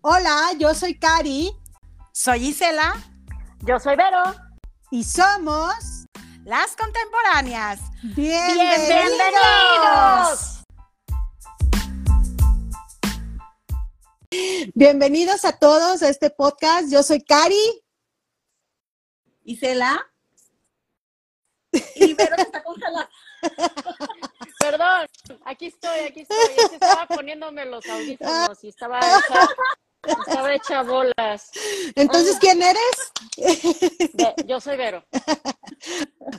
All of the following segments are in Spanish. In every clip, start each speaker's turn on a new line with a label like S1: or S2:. S1: Hola, yo soy Cari.
S2: Soy Isela.
S3: Yo soy Vero.
S1: Y somos
S2: las contemporáneas.
S1: Bienvenidos.
S3: Bienvenidos.
S1: Bienvenidos a todos a este podcast. Yo soy Cari.
S2: Isela.
S3: Y Vero se está congelada. Perdón, aquí estoy, aquí estoy. Es que estaba poniéndome los audífonos y estaba hecha, estaba hecha bolas.
S1: Entonces, ¿quién eres?
S3: Ve- Yo soy Vero.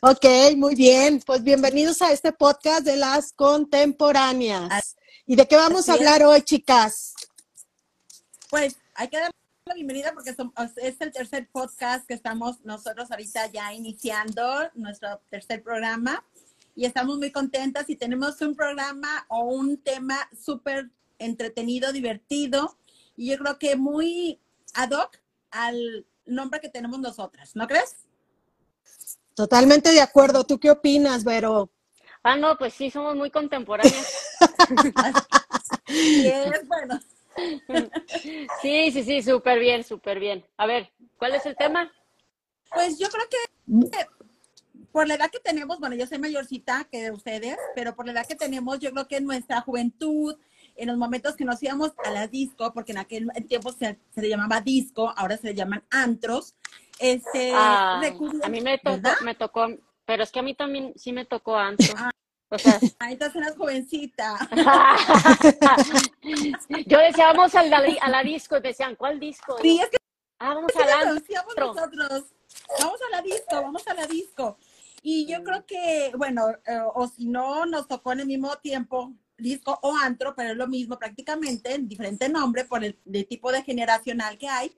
S1: Ok, muy bien. Pues bienvenidos a este podcast de las contemporáneas. ¿Y de qué vamos a
S4: Así es.
S1: hablar hoy, chicas?
S4: Pues hay que dar la bienvenida porque som- es el tercer podcast que estamos nosotros ahorita ya iniciando nuestro tercer programa y estamos muy contentas y tenemos un programa o un tema súper entretenido, divertido y yo creo que muy ad hoc al nombre que tenemos nosotras, ¿no crees?
S1: Totalmente de acuerdo. ¿Tú qué opinas, Vero?
S3: Ah, no, pues sí, somos muy contemporáneas.
S4: Y es bueno.
S3: Sí, sí, sí, súper bien, súper bien. A ver, ¿cuál es el tema?
S4: Pues yo creo que eh, por la edad que tenemos, bueno, yo soy mayorcita que ustedes, pero por la edad que tenemos, yo creo que en nuestra juventud, en los momentos que nos íbamos a la disco, porque en aquel tiempo se, se le llamaba disco, ahora se le llaman antros, este,
S3: Ah,
S4: recurríamos-
S3: a mí me tocó,
S4: ¿verdad?
S3: me tocó, pero es que a mí también sí me tocó antes.
S4: Ah.
S3: O sea,
S4: Ah, entonces eras jovencita.
S3: yo decía, vamos al da- a la, disco, y me decían, ¿cuál disco?
S4: Sí, es que
S3: Ah, vamos
S4: Sí,
S3: al
S4: lo
S3: antro.
S4: decíamos nosotros. Vamos a la disco, vamos a la disco. Y yo creo que, bueno, eh, o si no, nos tocó en el mismo tiempo disco o antro, pero es lo mismo prácticamente, en diferente nombre por el, el tipo de generacional que hay.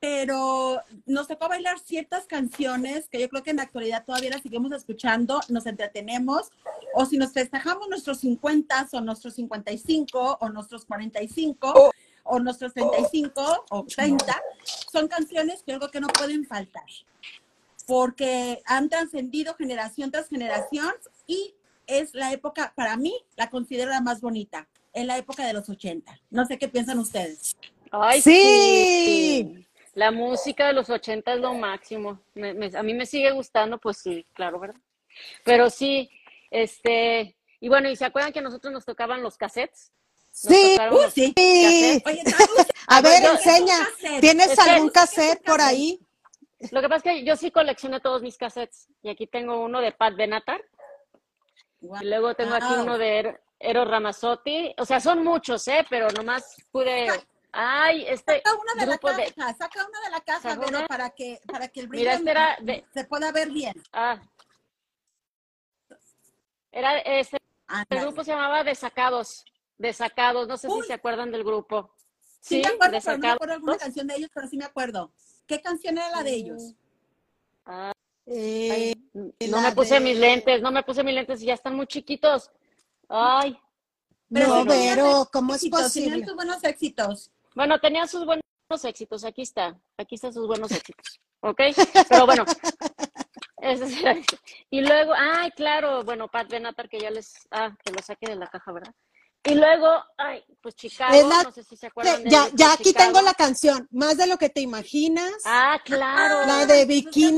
S4: Pero nos tocó bailar ciertas canciones que yo creo que en la actualidad todavía las seguimos escuchando, nos entretenemos, o si nos festejamos nuestros 50 o nuestros 55 o nuestros 45 o nuestros 35 o 30, son canciones que yo creo que no pueden faltar, porque han trascendido generación tras generación y es la época, para mí, la considero la más bonita, es la época de los 80. No sé qué piensan ustedes.
S3: Ay,
S1: Sí.
S3: sí. La música de los 80 es lo máximo. Me- me- a mí me sigue gustando, pues sí, claro, ¿verdad? Pero sí, este, y bueno, ¿y se acuerdan que a nosotros nos tocaban los cassettes? Nos
S1: Sí,
S3: tocaron
S1: uh,
S3: los-
S1: sí.
S3: cassettes.
S4: Oye, Taru,
S1: A ver,
S3: yo-
S1: enseña.
S4: es un cassette.
S1: ¿Tienes
S3: Es que-
S1: algún
S4: es que es un
S1: cassette por
S4: cassette.
S1: ahí?
S3: Lo que pasa es que yo sí coleccioné todos mis cassettes. Y aquí tengo uno de Pat Benatar. Y luego tengo aquí
S4: Wow.
S3: uno de Er- Eros Ramazzotti. O sea, son muchos, ¿eh? Pero nomás pude... Ay, este
S4: Saca una de la
S3: grupo de...
S4: caja, saca una de la caja,
S3: Saca
S4: Vero,
S3: una.
S4: para que, para que el brillo
S3: Mira, este era de...
S4: se pueda ver bien.
S3: Ah. Era este... El
S4: Ándale.
S3: grupo se llamaba Desacados. Desacados, no sé
S4: Uy.
S3: si se acuerdan del grupo.
S4: Sí,
S3: Sí,
S4: me acuerdo, pero no me
S3: Desacados.
S4: acuerdo alguna canción de ellos, pero sí me acuerdo. ¿Qué canción era la de ellos?
S3: Ah,
S1: Eh,
S3: no
S1: la
S3: me puse
S1: de-
S3: mis lentes, no me puse mis lentes y ya están muy chiquitos. Ay,
S4: Pero
S1: no,
S4: sí tenían
S1: Vero, ¿cómo es
S4: Éxitos, tenían
S1: posible?
S4: sus buenos éxitos.
S3: bueno, tenían sus buenos éxitos, aquí está, aquí están sus buenos éxitos, ¿ok? Pero bueno, eso sí. y luego, ay, claro, bueno, Pat Benatar, que ya les, ah, que lo saque de la caja, ¿verdad? Y luego, ay, pues Chicago,
S1: Es la-
S3: no sé si se acuerdan. del
S1: Ya,
S3: grupo
S1: ya aquí
S3: Chicago.
S1: tengo la canción, más de lo que te imaginas,
S3: Ah, claro.
S1: la de
S4: Entonces, ya nada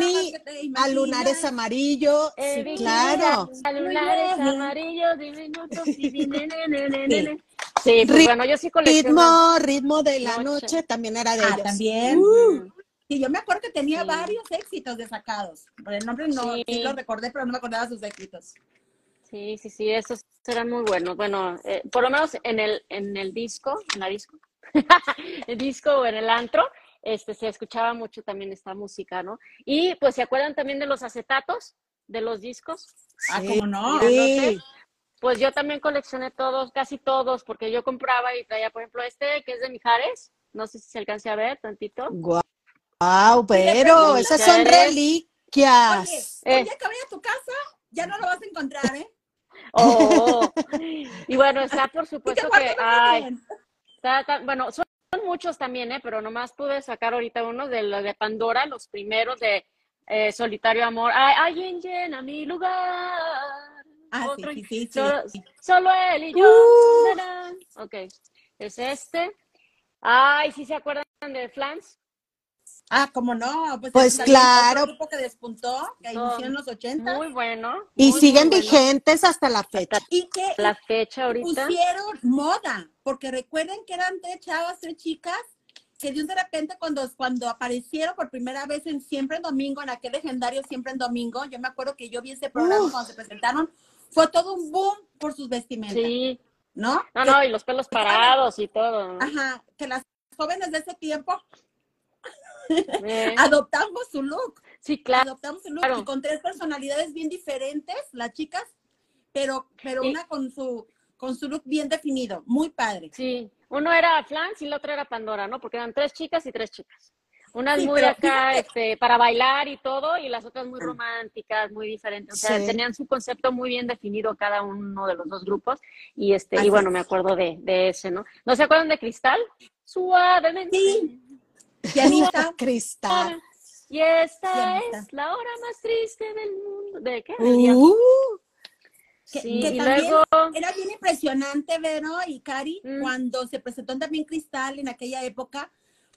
S4: más
S1: bikini
S4: que te imaginas. Ah,
S1: a lunares amarillo,
S3: Eh,
S1: sí,
S3: vi
S1: claro.
S3: que eran Celulares
S4: Muy bien.
S3: amarillos diminutos y ne, ne, ne, ne,
S1: Sí.
S3: ne. Sí, pues
S1: Ri-
S3: bueno, yo sí colecciono.
S1: Ritmo, ritmo de la
S3: Noche.
S1: noche, también era de
S4: Ah,
S1: ellos.
S4: también.
S1: Uh.
S3: Mm.
S4: Sí, yo me acuerdo que tenía
S3: Sí.
S4: varios éxitos desacados. Por el nombre no,
S3: Sí.
S4: sí lo recordé, pero no me acordaba sus éxitos.
S3: Sí, sí, sí, esos eran muy buenos. Bueno, eh, por lo menos en el, en el disco, en la disco, el disco o en el antro, este, se escuchaba mucho también esta música, ¿no? Y pues, ¿se acuerdan también de los acetatos de los discos?
S4: Ah,
S1: Sí.
S4: ¿cómo no?
S3: Sí.
S1: Sí.
S3: Pues yo también coleccioné todos, casi todos, porque yo compraba y traía, por ejemplo, este que es de Mijares, no sé si se alcance a ver tantito.
S1: Guau, wow, pero
S3: Oye,
S1: esas son
S3: mujeres.
S4: Oye,
S1: reliquias.
S4: un
S3: Eh.
S4: día que vaya a tu casa, ya no lo vas a encontrar, ¿eh?
S3: Oh, y bueno, está
S1: Pues,
S3: por
S4: Y te
S3: supuesto
S4: guardo
S3: Pues que, ay, está tan- bueno, son son muchos también, ¿eh? pero nomás pude sacar ahorita uno de los de Pandora, los primeros de eh, Solitario Amor. Ay, alguien llena mi lugar.
S4: Ah, sí,
S3: Otro-
S4: sí, sí, sí.
S3: Solo, solo él y yo.
S1: Uh.
S3: Tarán. Ok, es este. Ay, ¿sí se acuerdan de Flans?
S4: Ah, ¿cómo no? Pues,
S1: Pues
S4: también otro
S1: claro.
S4: grupo que despuntó, que
S3: No.
S4: inició en los 80
S3: Muy bueno.
S1: Y
S3: muy, muy
S1: siguen
S3: bueno.
S1: vigentes hasta la fecha.
S4: y que
S3: La fecha ahorita.
S4: pusieron moda, porque recuerden que eran tres chavas, tres chicas, que de un de repente cuando, cuando aparecieron por primera vez en Siempre en Domingo, en aquel legendario Siempre en Domingo, yo me acuerdo que yo vi ese programa
S1: Uf.
S4: cuando se presentaron, fue todo un boom por sus vestimentas,
S3: Sí.
S4: ¿no?
S3: No, no, y los pelos parados y todo.
S1: Ah,
S3: ¿no?
S4: Ajá, que las jóvenes de ese tiempo
S3: Eh,
S1: ah,
S4: adoptamos su look.
S3: Sí, claro.
S4: adoptamos el look
S3: Claro.
S4: y con tres personalidades bien diferentes, las chicas, pero, pero
S3: Sí.
S4: una con su con su look bien definido, muy padre.
S3: Sí. Uno era Flans y la otra era Pandora, ¿no? Porque eran tres chicas y tres chicas. Unas
S4: Sí,
S3: muy
S4: pero
S3: acá,
S4: fíjate- Mm.
S3: este, para bailar y todo, y las otras muy románticas, muy diferentes. O sea,
S1: Sí.
S3: tenían su concepto muy bien definido cada uno de los dos grupos. Y este,
S4: Así
S3: y bueno,
S4: es.
S3: me acuerdo de, de ese, ¿no? ¿No se acuerdan de Cristal? Suavemente.
S4: Sí. Pianista,
S1: Cristal.
S3: Y esta
S4: Pianista.
S3: es la hora más triste del mundo. ¿De qué? Del día.
S1: Uh,
S4: que,
S3: Sí,
S4: que
S3: y
S4: también
S3: luego,
S4: era bien impresionante, Vero y Cari,
S3: Mm.
S4: cuando se presentó también Cristal en aquella época,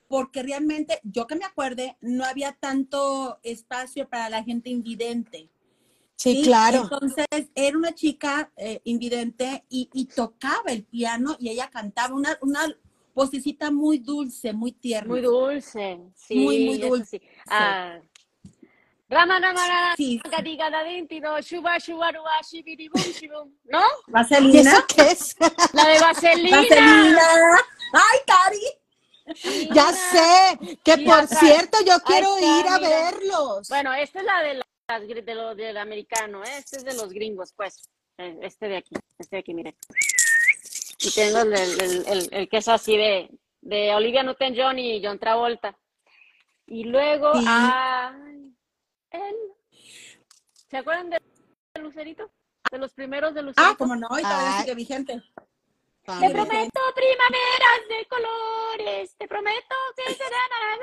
S4: porque realmente, yo que me acuerde, no había tanto espacio para la gente invidente.
S1: sí,
S4: ¿sí?
S1: claro.
S4: Entonces era una chica eh, invidente y, y tocaba el piano y ella cantaba una, una vocecita muy dulce, muy tierna.
S3: muy dulce. Sí,
S4: Muy, muy
S3: eso
S4: dulce.
S3: sí. Ah. Rama, rama, rama,
S4: Sí.
S3: diga, diga, da, din, ti, do, shuba, shuba, ruba, shibiri, bum, shibum. ¿No?
S1: ¿Y
S4: Vaselina.
S1: eso qué es?
S3: La de vaselina.
S4: Vaselina. ¡Ay, Cari!
S1: Ya sé, que
S3: Sí,
S1: por
S3: atrás.
S1: cierto, yo quiero
S3: está,
S1: ir a
S3: mira.
S1: verlos.
S3: Bueno, esta es la de, las, gr- de lo, del americano, ¿eh? este es de los gringos, pues. Eh, Este de aquí, este de aquí, miren. Y tengo el, el- el- el- el que es así de, de Olivia Newton-John y John Travolta. Y luego,
S4: Sí.
S3: ay, él. ¿Se acuerdan de Lucerito? De los primeros de Lucerito.
S4: Ah, como no, y todavía
S1: Ay.
S4: sigue vigente.
S3: Te
S1: Padre.
S3: prometo primaveras de colores, te prometo que serán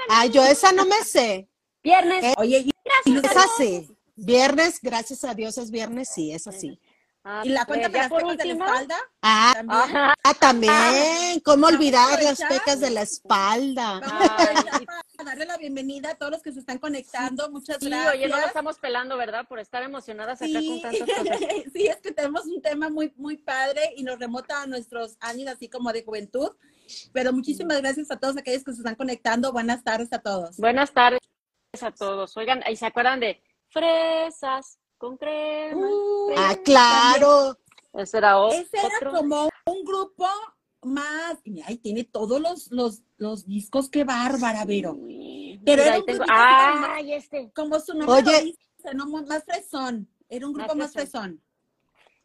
S1: Ah, yo esa no me sé.
S3: viernes.
S4: Oye, y,
S3: gracias a
S1: Esa
S3: Dios.
S1: sí. Viernes, gracias a Dios es viernes, sí, es así.
S3: Ah,
S4: y la
S3: pues,
S4: cuenta
S3: ya
S4: para las
S3: por
S4: pecas de la
S3: último.
S4: espalda
S1: Ah,
S4: también.
S3: Ajá.
S1: ah, también. ¿Cómo olvidar las
S4: aprovechar.
S1: pecas de la espalda?
S4: Vamos a
S3: Ay.
S4: aprovechar para darle la bienvenida a todos los que se están conectando. Muchas
S3: Sí,
S4: gracias.
S3: oye, no la estamos pelando, ¿verdad? Por estar emocionadas acá con
S4: Sí.
S3: tantas cosas.
S4: sí, es que tenemos un tema muy, muy padre y nos remota a nuestros años así como de juventud. Pero muchísimas gracias a todos aquellos que se están conectando. Buenas tardes a todos.
S3: Buenas tardes a todos. Oigan, ¿y se acuerdan de fresas con crema?
S4: Uh,
S1: Ah, claro.
S3: Ese era o-
S4: Ese era
S3: otro.
S4: como un grupo más. y mira, Ay, tiene todos los, los, los discos, qué bárbara, Vero.
S3: Sí,
S4: Pero
S3: mira,
S4: era
S3: ahí
S4: un
S3: tengo-
S4: grupito que era
S3: Ah, y este.
S4: Como su nombre
S1: Oye.
S4: lo dice, ¿no? más fresón. Era un grupo
S3: Más
S4: más fresón.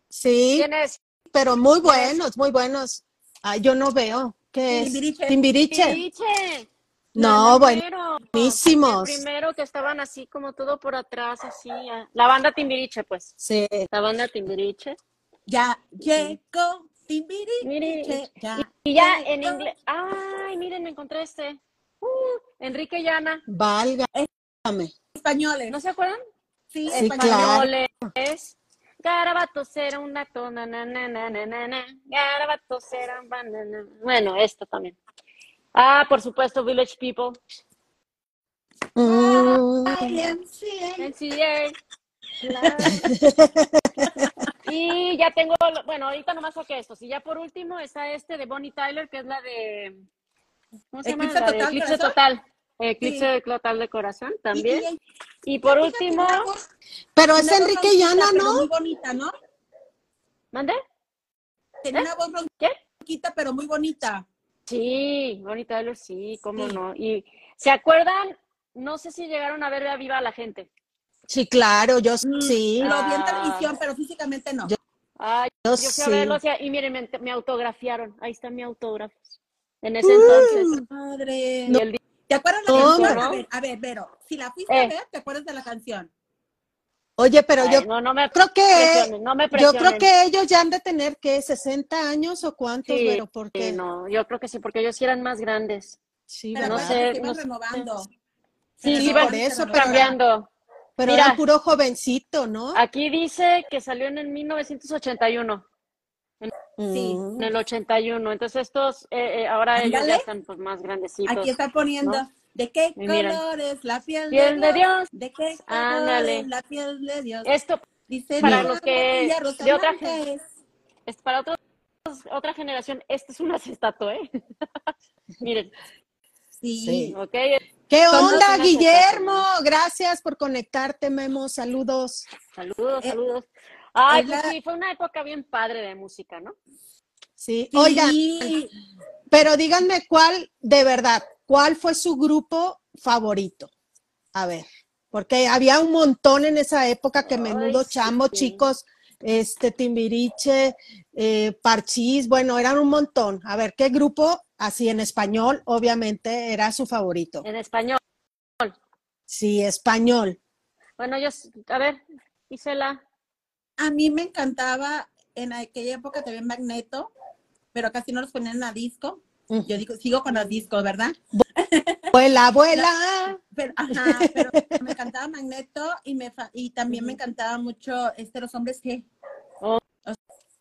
S1: Sí,
S3: ¿Quién es?
S1: pero muy buenos, muy buenos. Ah, yo no veo. ¿Qué es?
S4: Timbiriche.
S1: Timbiriche.
S3: Timbiriche.
S1: No, bueno,
S3: Primero.
S1: buenísimos.
S3: El primero que estaban así como todo por atrás, así. ah, La banda Timbiriche, pues.
S1: Sí.
S3: La banda Timbiriche.
S4: Ya llegó Timbiriche.
S3: Mire,
S4: Ya.
S3: Y ya en
S4: llegó.
S3: inglés. Ay, miren, encontré este. Uh, Enrique Llana.
S1: Válgame.
S4: Españoles.
S3: ¿No se acuerdan?
S4: Sí,
S1: Sí,
S4: españoles.
S1: claro.
S3: Españoles. Garabatos era un gato, na, na, na, na, na, na, na. Garabatos era un banana. Bueno, esto también. Ah, por supuesto, Village People.
S1: Mm.
S4: eh.
S3: NCA. y ya tengo, lo- bueno, ahorita nomás saqué estos. Y ya por último está este de Bonnie Tyler, que es la de. ¿Cómo se llama?
S4: Eclipse
S3: La de
S4: Total,
S3: Eclipse
S4: Corazón.
S3: Total. Eclipse Total de Corazón también.
S4: Y- y-
S3: Y por
S4: fíjate,
S3: último,
S4: una voz-
S1: Pero es
S4: una voz
S1: Pues Enrique
S4: ronquita,
S1: Llana,
S4: pero
S1: ¿no?
S4: Muy bonita, ¿no?
S3: ¿mande?
S4: Tenía una voz
S3: ¿Eh? ¿Qué?
S4: ronquita, pero muy bonita.
S3: Sí, Bonnie Tyler, sí, cómo
S4: Sí.
S3: no. Y se acuerdan, no sé si llegaron a ver a Viva la gente.
S1: Sí, claro, yo
S4: Mm,
S1: sí.
S4: Lo vi en
S3: Ah.
S4: televisión, pero físicamente no.
S1: Yo-
S3: Ay,
S1: Yo
S3: yo fui a
S1: sí.
S3: verlo, o sea, y miren, me, me autografiaron. Ahí está mi autógrafo. En ese
S1: Uh,
S3: entonces.
S4: Madre.
S3: Y el día-
S4: ¿Te acuerdas la
S1: No,
S4: canción?
S3: no.
S4: A ver, a ver, Vero. Si la fuiste a
S3: Eh.
S4: ver, ¿te acuerdas de la canción?
S1: Oye, pero
S3: Ay,
S1: yo
S3: no, no me
S1: creo que
S3: presionen, no me
S1: yo
S3: presionen.
S1: creo que ellos ya han de tener que 60 años o cuántos,
S3: Sí,
S1: pero porque
S3: Sí, no, yo creo que sí, porque ellos sí eran más grandes.
S1: sí,
S4: Pero
S1: ¿verdad?
S3: no
S4: acuérdate
S3: sé,
S4: que iban
S3: no sé.
S4: renovando.
S3: Sí,
S1: Sí,
S3: sí, iban
S1: por eso, pero-
S3: cambiando.
S1: Pero
S3: Mira. Ah,
S1: era puro jovencito, ¿no?
S3: Aquí dice que salió en el 1981.
S4: Sí.
S1: Mm.
S3: en el 81. Entonces estos, eh, eh, ahora ellos
S4: Ándale.
S3: ya están pues, más grandecitos.
S4: Aquí está poniendo.
S3: ¿no?
S4: ¿De qué
S3: Y miren.
S4: colores la piel,
S3: Piel de Dios.
S4: ¿De qué colores
S3: Ándale. Eh,
S4: la piel de Dios?
S3: Esto
S4: Dice
S3: para
S4: Diana
S3: los que-
S4: Bonilla, Rosa
S3: de otra
S4: Blanca
S3: gente.
S4: es.
S3: es para otros, otra generación, esta es una estatua, ¿eh? Miren,
S4: Sí.
S1: Sí.
S3: ¿ok?
S1: ¿Qué
S4: Son
S1: onda,
S3: unas
S1: Guillermo? Gracias por conectarte, Memo. Saludos.
S3: Saludos,
S4: Eh,
S3: saludos. Ay,
S4: es
S3: pues
S4: la-
S3: sí, fue una época bien padre de música, ¿no?
S1: Sí.
S4: Sí.
S1: Oigan, pero díganme cuál, de verdad, cuál fue su grupo favorito. A ver, porque había un montón en esa época que
S3: Ay,
S1: menudo
S3: sí,
S1: chamo,
S3: sí.
S1: chicos, este Timbiriche, eh, Parchís, bueno, eran un montón. A ver, ¿qué grupo, así en español, obviamente era su favorito?
S3: En español.
S1: Sí, español.
S3: Bueno, yo, s- a ver, Isela,
S4: A mí me encantaba en aquella época también Magneto, pero casi no los ponían a disco.
S1: Ujú.
S4: Yo digo, sigo con los discos, ¿verdad?
S1: Abuela, abuela.
S4: Pero, ajá, pero me encantaba Magneto y me fa- y también me encantaba mucho este los hombres G.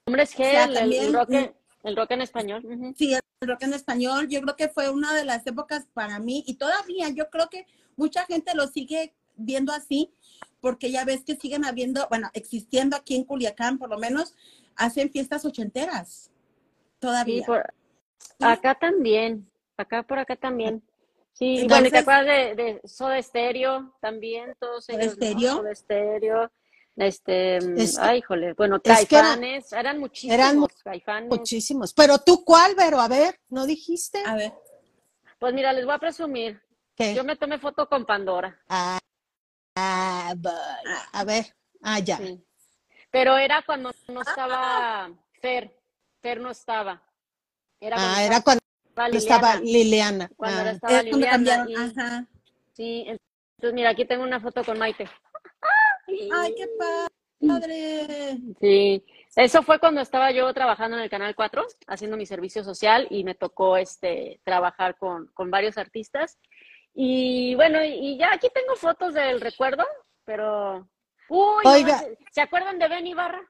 S3: hombres G,
S4: O sea,
S3: el- el,
S4: también,
S3: rock, en-
S4: mm.
S3: el rock en español. ujú.
S4: Sí, el rock en español, yo creo que fue una de las épocas para mí y todavía yo creo que mucha gente lo sigue viendo así porque ya ves que siguen habiendo, bueno, existiendo aquí en Culiacán por lo menos, hacen fiestas ochenteras.
S3: Sí,
S4: Todavía.
S3: por, acá también, acá por acá también. Sí, y bueno, y
S4: Entonces-
S3: te acuerdas de, de Soda Stereo también, todos
S4: Soda
S3: ellos, ¿no?
S4: Stereo.
S3: Soda Stereo, este, mm,
S1: Es-
S3: ay, híjole, bueno,
S1: es que era-
S3: Caifanes, eran muchísimos,
S1: eran mu-
S3: Caifanes.
S1: Muchísimos. Pero tú, ¿cuál, Vero? A ver, ¿no dijiste?
S4: A ver.
S3: Pues mira, les voy a presumir,
S1: ¿Qué?
S3: yo me tomé foto con Pandora,
S1: Ah, ah, vaya. a ver, ah, ya.
S3: sí. Pero era cuando no estaba Fer, Fer no estaba. Era cuando
S1: Ah, era cuando
S3: estaba
S1: estaba
S3: Liliana,
S1: Liliana.
S3: cuando
S1: Ah,
S3: era- estaba
S4: Es cuando
S3: Liliana
S4: cambiaron,
S3: y-
S4: ajá.
S3: sí, entonces mira, aquí tengo una foto con Maite.
S4: Ay, qué padre.
S3: Sí, eso fue cuando estaba yo trabajando en el Canal 4, haciendo mi servicio social y me tocó este trabajar con, con varios artistas. Y bueno, y ya aquí tengo fotos del recuerdo, pero... Uy, no,
S1: Oiga.
S3: ¿se, se acuerdan de Ben Ibarra?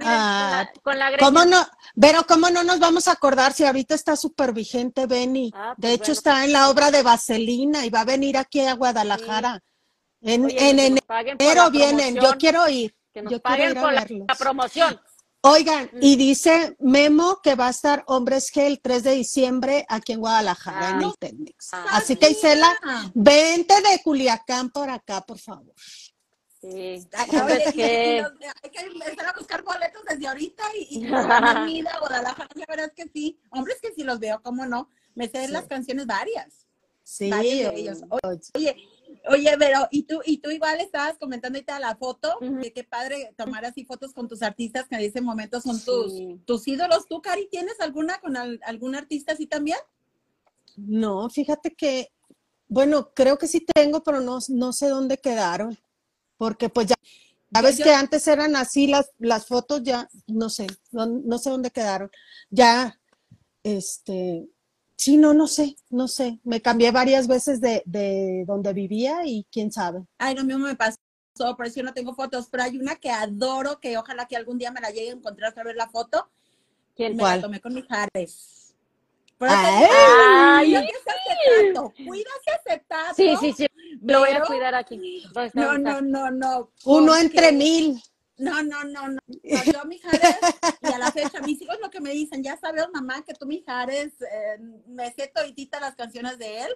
S1: Ah,
S3: con la, con la Grecia.
S1: ¿Cómo no? Pero ¿cómo no nos vamos a acordar si ahorita está súper vigente Benny?
S3: Ah, pues
S1: de hecho,
S3: bueno.
S1: está en la obra de Vaselina y va a venir aquí a Guadalajara. En,
S3: Oye,
S1: en
S3: que nos
S1: enero
S3: paguen por la
S1: vienen, yo
S3: promoción,
S1: quiero ir.
S3: Que nos
S1: yo quiero
S3: paguen
S1: ir a
S3: por la,
S1: verlos.
S3: la promoción.
S1: Oigan, y
S3: Mm.
S1: dice Memo que va a estar Hombres G el 3 de diciembre aquí en Guadalajara, en
S3: Ah.
S1: el Telmex.
S3: Ah,
S1: Así que Isela,
S4: Ah,
S1: vente de Culiacán por acá, por favor.
S3: Sí.
S4: oye,
S3: Hombres
S4: y- y
S3: G.
S4: los- hay que empezar a buscar boletos desde ahorita y, y también mira Guadalajara, la verdad es que sí. Hombres que sí los veo, cómo no. Me sé
S1: Sí.
S4: las canciones varias,
S1: Sí,
S4: varias de
S1: oye,
S4: ellos. Oye, oye, pero y tú y tú igual estabas comentando ahorita la foto,
S3: Ujú.
S4: que qué padre tomar así fotos con tus artistas que en ese momento son tus
S3: Sí.
S4: tus ídolos. ¿Tú, Cari, tienes alguna con al- algún artista así también?
S1: no, fíjate que, bueno, creo que sí tengo, pero no, no sé dónde quedaron, porque pues ya, ya
S4: Yo-
S1: ves
S4: yo-
S1: que antes eran así las, las fotos, ya, no sé, no, no sé dónde quedaron. Ya, este, sí, no, no sé, no sé. Me cambié varias veces de, de donde vivía y quién sabe.
S4: Ay, lo mismo me pasó, por eso yo no tengo fotos, pero hay una que adoro, que ojalá que algún día me la llegue a encontrar otra vez la foto.
S3: ¿Quién?
S4: Me
S1: ¿Cuál?
S4: la tomé con mis Jares. Por eso
S1: ¡Ay!
S3: Ay,
S4: cuida ese acetato, cuida ese acetato.
S3: sí, sí, sí, lo voy a
S4: pero-
S3: cuidar aquí. Va a
S4: No,
S3: estar-
S4: no, no, no.
S1: Uno
S4: porque-
S1: entre mil.
S4: No, no, no, no. Yo mis Jares, y a la fecha, mis hijos lo que me dicen, ya sabes, mamá, que tú mis Jares, eh, me sé toditita las canciones de él.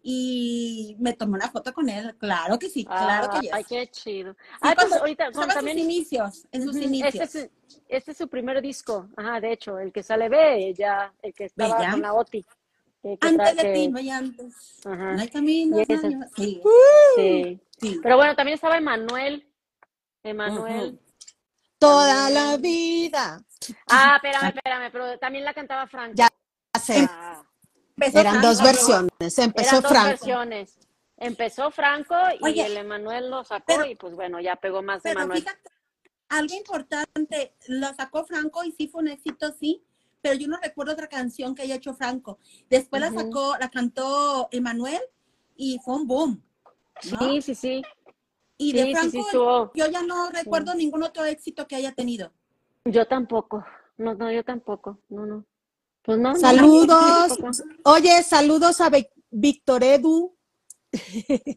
S4: Y me tomé una foto con él, claro que sí, claro que
S3: Ah,
S4: sí.
S3: Ay, qué chido.
S4: Sí,
S3: Ah, pues
S4: cuando-
S3: ahorita con
S4: estaba en
S3: también.
S4: sus inicios, en sus
S3: Ujú,
S4: inicios.
S3: Este es, este es su primer disco. Ajá, de hecho, el que sale Bella, el que estaba
S4: Bella.
S3: con la Oti. que- que
S4: Antes
S3: tra-
S4: de ti,
S3: que-
S4: vaya antes.
S3: Ajá,
S4: No hay camino.
S3: Y ese-
S4: Sí,
S3: sí.
S4: sí.
S3: Pero bueno, también estaba Emanuel. Emanuel.
S1: Toda la vida.
S3: Ah, espérame, espérame, pero también la cantaba Franco.
S1: Ya sé.
S4: em,
S3: Ah,
S4: Empezó
S1: Eran dos
S4: Franco,
S1: versiones. Empezó
S3: eran dos
S1: Franco.
S3: versiones. Empezó Franco y
S4: Oye,
S3: el Emanuel lo sacó
S4: pero-
S3: y pues bueno, ya pegó más de
S4: Pero
S3: Emanuel.
S4: fíjate, algo importante, lo sacó Franco y sí fue un éxito, sí. Pero yo no recuerdo otra canción que haya hecho Franco. Después
S3: Ujú.
S4: la sacó, la cantó Emanuel y fue un boom. ¿no?
S3: Sí, sí, sí.
S4: y
S3: sí,
S4: de
S3: sí, sí,
S4: Franco,
S3: estuvo.
S4: yo ya no recuerdo ningún otro éxito que haya tenido.
S3: Yo tampoco. No, no, yo tampoco. No, no. Pues no. no,
S1: Saludos.
S3: tampoco.
S1: Oye, saludos a Ve- Víctor Edu.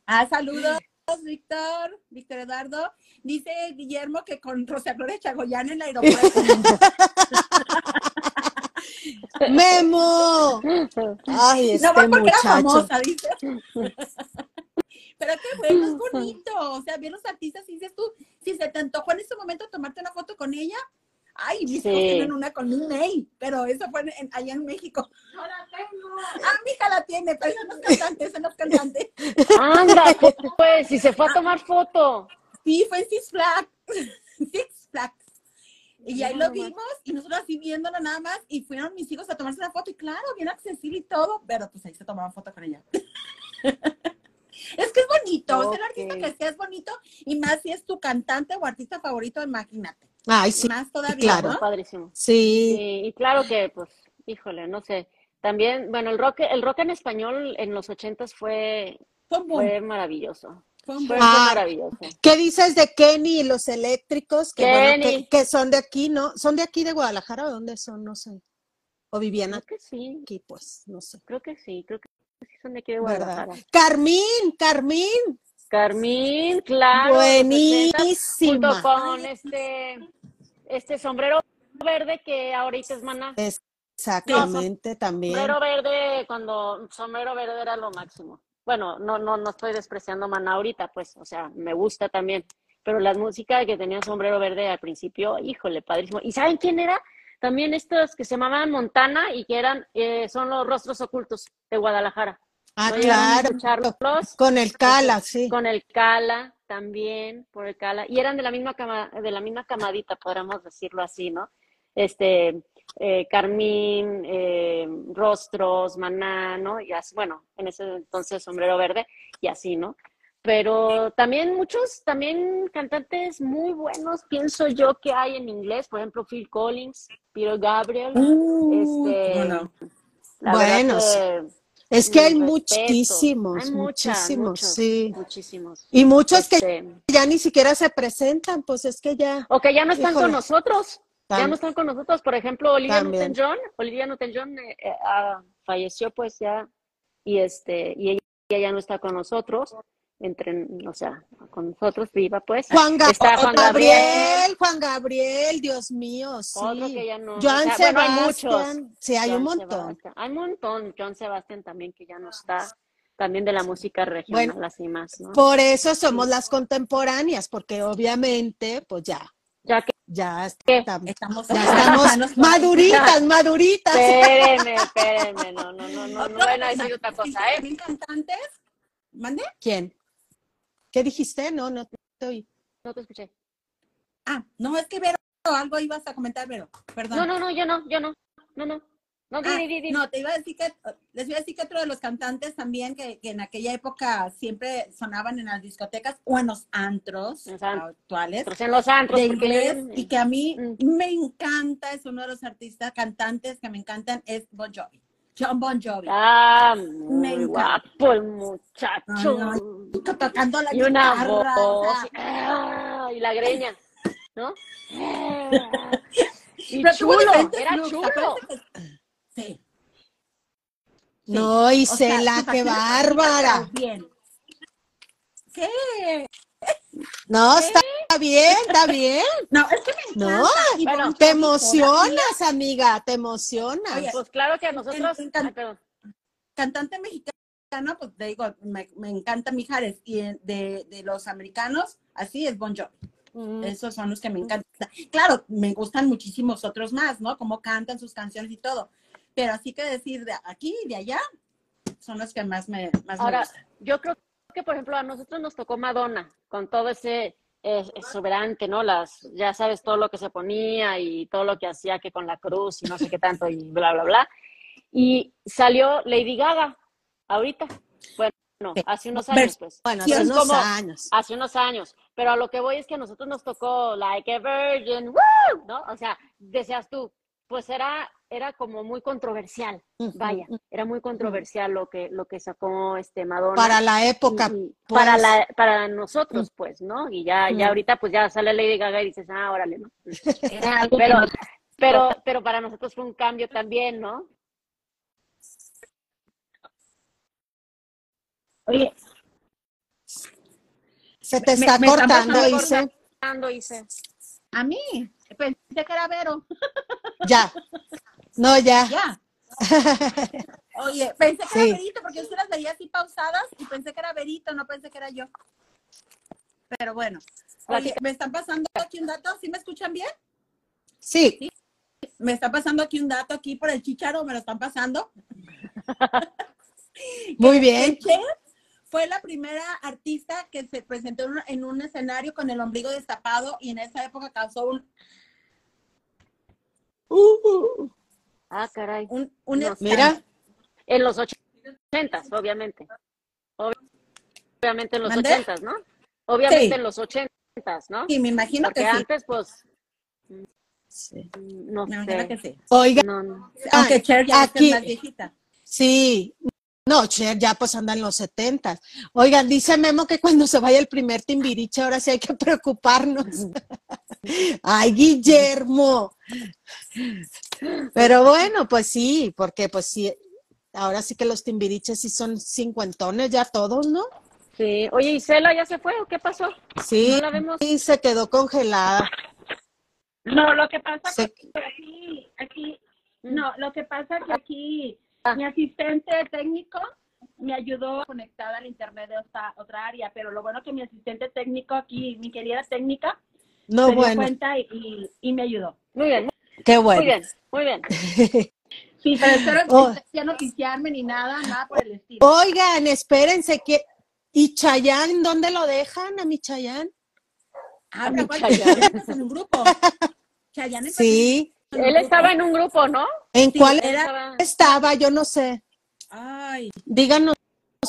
S4: Ah, saludos, Víctor, Víctor Eduardo. Dice Guillermo que con Rosa Flores Chagoyán en el aeropuerto.
S1: Memo. Ay, este
S4: no va porque
S1: muchacho.
S4: era famosa, dice. Pero qué bueno, es bonito. O sea, bien los artistas, y dices tú, si se te antojó en ese momento tomarte una foto con ella, ay, mis
S3: Sí.
S4: hijos tienen una con Lin May, pero eso fue en- en- allá en México. No la tengo. Ah, mi hija la tiene, pero esa no es cantante, esa no es cantante.
S3: Anda, pues, si se fue a tomar foto.
S4: Sí, fue en Six Flags. Six Flags. Y ahí
S3: No,
S4: lo
S3: no,
S4: vimos y nosotros así viéndolo nada más y fueron mis hijos a tomarse la foto y claro, bien accesible y todo, pero pues ahí se tomaban foto con ella. es que es bonito, es el artista
S3: Ok.
S4: que sea es bonito y más si es tu cantante o artista favorito, imagínate.
S1: Ay, sí,
S4: Más todavía,
S1: claro.
S4: ¿no?
S3: pues, Padrísimo.
S1: sí.
S3: Sí, y claro que, pues, híjole, no sé. También, bueno, el rock, el rock en español en los ochentas fue,
S4: Fue un boom,
S3: fue maravilloso.
S4: fue un
S3: Fue, fue
S4: boom.
S1: Ah.
S3: maravilloso.
S1: ¿Qué dices de Kenny y los eléctricos? Que, bueno,
S3: Kenny.
S1: que, que son de aquí, ¿no? ¿Son de aquí de Guadalajara o dónde son? No sé. O vivían
S3: Creo que sí,
S1: aquí, pues, no sé.
S3: creo que sí, creo que sí son de aquí de
S1: ¿Verdad?
S3: Guadalajara.
S1: Carmín, Carmín,
S3: Carmín, claro. Ah, los ochentas, Junto
S1: buenísima.
S3: con este, este sombrero verde que ahorita es maná.
S1: Exactamente, también.
S3: Sombrero verde, cuando sombrero verde era lo máximo. Bueno, no, no, no estoy despreciando Maná ahorita, pues, o sea, me gusta también. Pero la música que tenía sombrero verde al principio, híjole, padrísimo. ¿Y saben quién era? También estos que se llamaban Montana y que eran, eh, son los rostros ocultos de Guadalajara.
S1: Ah,
S3: ¿No llegaron a
S1: claro.
S3: escucharlos?
S1: Con el Cala, sí.
S3: Con el Cala también, por el Cala, y eran de la misma cama, de la misma camadita, podríamos decirlo así, ¿no? Este, eh, Carmín, eh, Rostros, Maná, ¿no? Y así, bueno, en ese entonces Sombrero Verde, y así, ¿no? Pero también muchos, también cantantes muy buenos, pienso yo, que hay en inglés, por ejemplo, Phil Collins, Peter Gabriel,
S1: Uh,
S3: este,
S4: Bueno,
S3: la verdad
S1: Bueno,
S3: que
S1: es que hay
S3: mis respetos.
S1: muchísimos,
S3: Hay mucha,
S1: muchísimos,
S3: muchos,
S1: sí.
S3: Muchísimos.
S1: Y muchos que
S3: Este,
S1: ya ni siquiera se presentan, pues es que ya.
S3: o que ya no están
S1: Híjole.
S3: con nosotros. Ya
S1: Tam-
S3: no están con nosotros. Por ejemplo, Olivia
S1: También.
S3: Newton-John. Olivia Newton-John eh, eh, ah, falleció, pues ya. Y este y ella, ella ya no está con nosotros. Entre, o sea, con nosotros viva, pues.
S1: Juan, Ga-
S3: Está Juan
S1: Gabriel,
S3: Gabriel.
S1: Juan Gabriel, Dios mío, sí.
S3: Otro que ya no.
S1: Joan
S3: o sea, bueno, hay
S1: Sebastián,
S3: muchos.
S1: sí, hay un
S3: Joan
S1: montón.
S3: Sebastián. Hay un montón. John Sebastián también, que ya no está. También de la música regional,
S1: Bueno, pues,
S3: así más, ¿no?
S1: Por eso somos las contemporáneas, porque obviamente, pues ya,
S3: Ya que.
S1: ya
S3: ¿Qué?
S1: estamos,
S4: estamos,
S1: ya estamos maduritas, maduritas.
S3: Espérenme, espérenme. No, no, no, no. no,
S4: Otro
S3: Bueno, eso es otra cosa, ¿eh?
S4: También cantantes, ¿mande?
S1: ¿Quién? ¿Qué dijiste? No, no te oí.
S3: No te escuché.
S4: Ah, no, es que Vero, algo ibas a comentar, Vero, perdón.
S3: No, no, no, yo no, yo no, no, no. No,
S4: Ah,
S3: di, di, di.
S4: No, te iba a decir que, les iba a decir que otro de los cantantes también que, que en aquella época siempre sonaban en las discotecas o en los antros
S3: En los antros.
S4: actuales
S3: Otros en los antros,
S4: de
S3: porque
S4: inglés
S3: yo-
S4: y que a mí
S3: Mm.
S4: me encanta, es uno de los artistas cantantes que me encantan, es Bon Jovi, John Bon Jovi.
S3: Ah, muy
S4: Me encanta.
S3: guapo el muchacho.
S4: Ay, To- Tocando la
S3: y una
S4: guitarra, o
S3: voz.
S4: sea,
S3: ah, y la greña, ¿no? Ah, y
S4: pero tuvo
S3: chulo,
S4: diferentes
S3: era
S4: looks,
S3: chulo.
S4: acuérdate que- Sí. Sí.
S1: No,
S4: O sea,
S1: Isela,
S4: imagínate
S1: qué bárbara.
S4: Bien.
S1: No, está bien, está bien.
S4: No, es que me
S1: No,
S4: encanta. y
S3: bueno,
S4: Bon
S1: Te
S4: Jovi todavía
S1: emocionas, amiga, te emocionas.
S4: Oye,
S3: Pues claro que a nosotros.
S4: En- en-
S3: Ay, perdón.
S4: cantante mexicano, pues te digo, me, me encanta Mijares. Y en- de, de los americanos, así es Bon Jovi.
S3: Mm,
S4: Esos son los que me encantan. Claro, me gustan muchísimos otros más, ¿no? Cómo cantan sus canciones y todo. Pero así que decir de aquí y de allá, son los que más me, más me
S3: Ahora,
S4: gustan.
S3: yo creo que, por ejemplo, a nosotros nos tocó Madonna, con todo ese eh, exuberante, ¿no? Las, ya sabes, todo lo que se ponía y todo lo que hacía que con la cruz y no sé qué tanto y bla, bla, bla. Y salió Lady Gaga, ahorita. Bueno, no, hace unos años, pues.
S1: Bueno,
S4: Sí,
S1: hace
S4: es
S1: unos
S3: como-
S1: años.
S3: Hace unos años. Pero a lo que voy es que a nosotros nos tocó Like a Virgin, ¡woo! ¿no? O sea, decías tú, pues era, era como muy controversial,
S1: Ujú,
S3: vaya,
S1: ujú.
S3: era muy controversial lo que, lo que sacó este Madonna
S1: Para la época.
S3: y- y
S1: pues.
S3: para la- para nosotros pues no y ya ya
S1: Mm.
S3: ahorita pues ya sale Lady Gaga y dices ah órale no pero Pero, pero para nosotros fue un cambio también, ¿no? Oye,
S1: Se te
S4: Me-
S1: está
S4: me está
S1: cortando,
S4: pasando
S1: dice.
S3: ando hice.
S4: A mí, pensé que era Vero,
S1: Ya. No, ya.
S4: ya. Oye, pensé que
S1: Sí.
S4: era Verito, porque yo sí las veía así pausadas y pensé que era Verito, no pensé que era yo. Pero bueno, Oye, me están pasando aquí un dato, ¿sí me escuchan bien?
S1: Sí.
S4: me está pasando aquí un dato aquí por el chicharo, me lo están pasando.
S1: Muy
S4: El
S1: bien.
S4: Cher fue la primera artista que se presentó en un, en un escenario con el ombligo destapado y en esa época causó un,
S3: Ah, caray.
S4: un, un
S3: No,
S4: escándalo.
S1: Mira.
S3: En los och- ochentas, obviamente. Ob- Obviamente en los
S4: ¿Mandé?
S3: ochentas, ¿no? Obviamente
S4: Sí.
S3: en los ochentas, ¿no?
S4: Sí, me imagino
S3: Porque
S4: que sí.
S3: antes, pues,
S1: Sí.
S3: no
S4: Me imagino que
S3: sé.
S4: sí.
S1: Oiga,
S3: No, no.
S4: Aunque Cher ya
S1: aquí-
S4: es más viejita.
S1: sí. No, Cher ya pues anda en los setentas. Oigan, dice Memo que cuando se vaya el primer timbiriche, ahora sí hay que preocuparnos. Ay, Guillermo. Pero bueno, pues sí, porque pues sí, ahora sí que los timbiriches sí son cincuentones ya todos, ¿no?
S3: Sí. Oye, Isela, ¿ya se fue o qué pasó?
S1: Sí,
S3: No la vemos.
S1: sí, se quedó congelada.
S5: No, lo que pasa
S1: Se-
S5: que aquí, aquí,
S3: Mm.
S5: no, lo que pasa que aquí
S3: Ah.
S5: mi asistente técnico me ayudó conectada al internet de otra, otra área, pero lo bueno que mi asistente técnico aquí, mi querida técnica,
S3: Oh,
S1: no,
S5: se dio
S1: bueno,
S5: cuenta y, y, y me ayudó.
S3: Muy bien,
S1: qué
S3: muy
S1: bueno.
S3: bien, muy bien.
S5: Sí,
S3: Ah.
S5: pero espero que
S1: Oh.
S5: no sea noticiarme ni nada, nada por el estilo.
S1: Oigan, espérense que... ¿Y Chayán, dónde lo dejan a mi Chayán?
S4: Ah,
S3: mi
S4: pero ¿cuál?
S3: Chayanne.
S4: Chayanne empezó en un grupo. Chayanne empezó
S1: Sí.
S4: en un
S3: Él
S4: grupo.
S3: estaba en un grupo, ¿no?
S1: ¿En
S4: Sí,
S1: cuál
S4: era-
S3: Estaba-
S1: estaba? Yo no sé.
S4: Ay,
S1: Díganos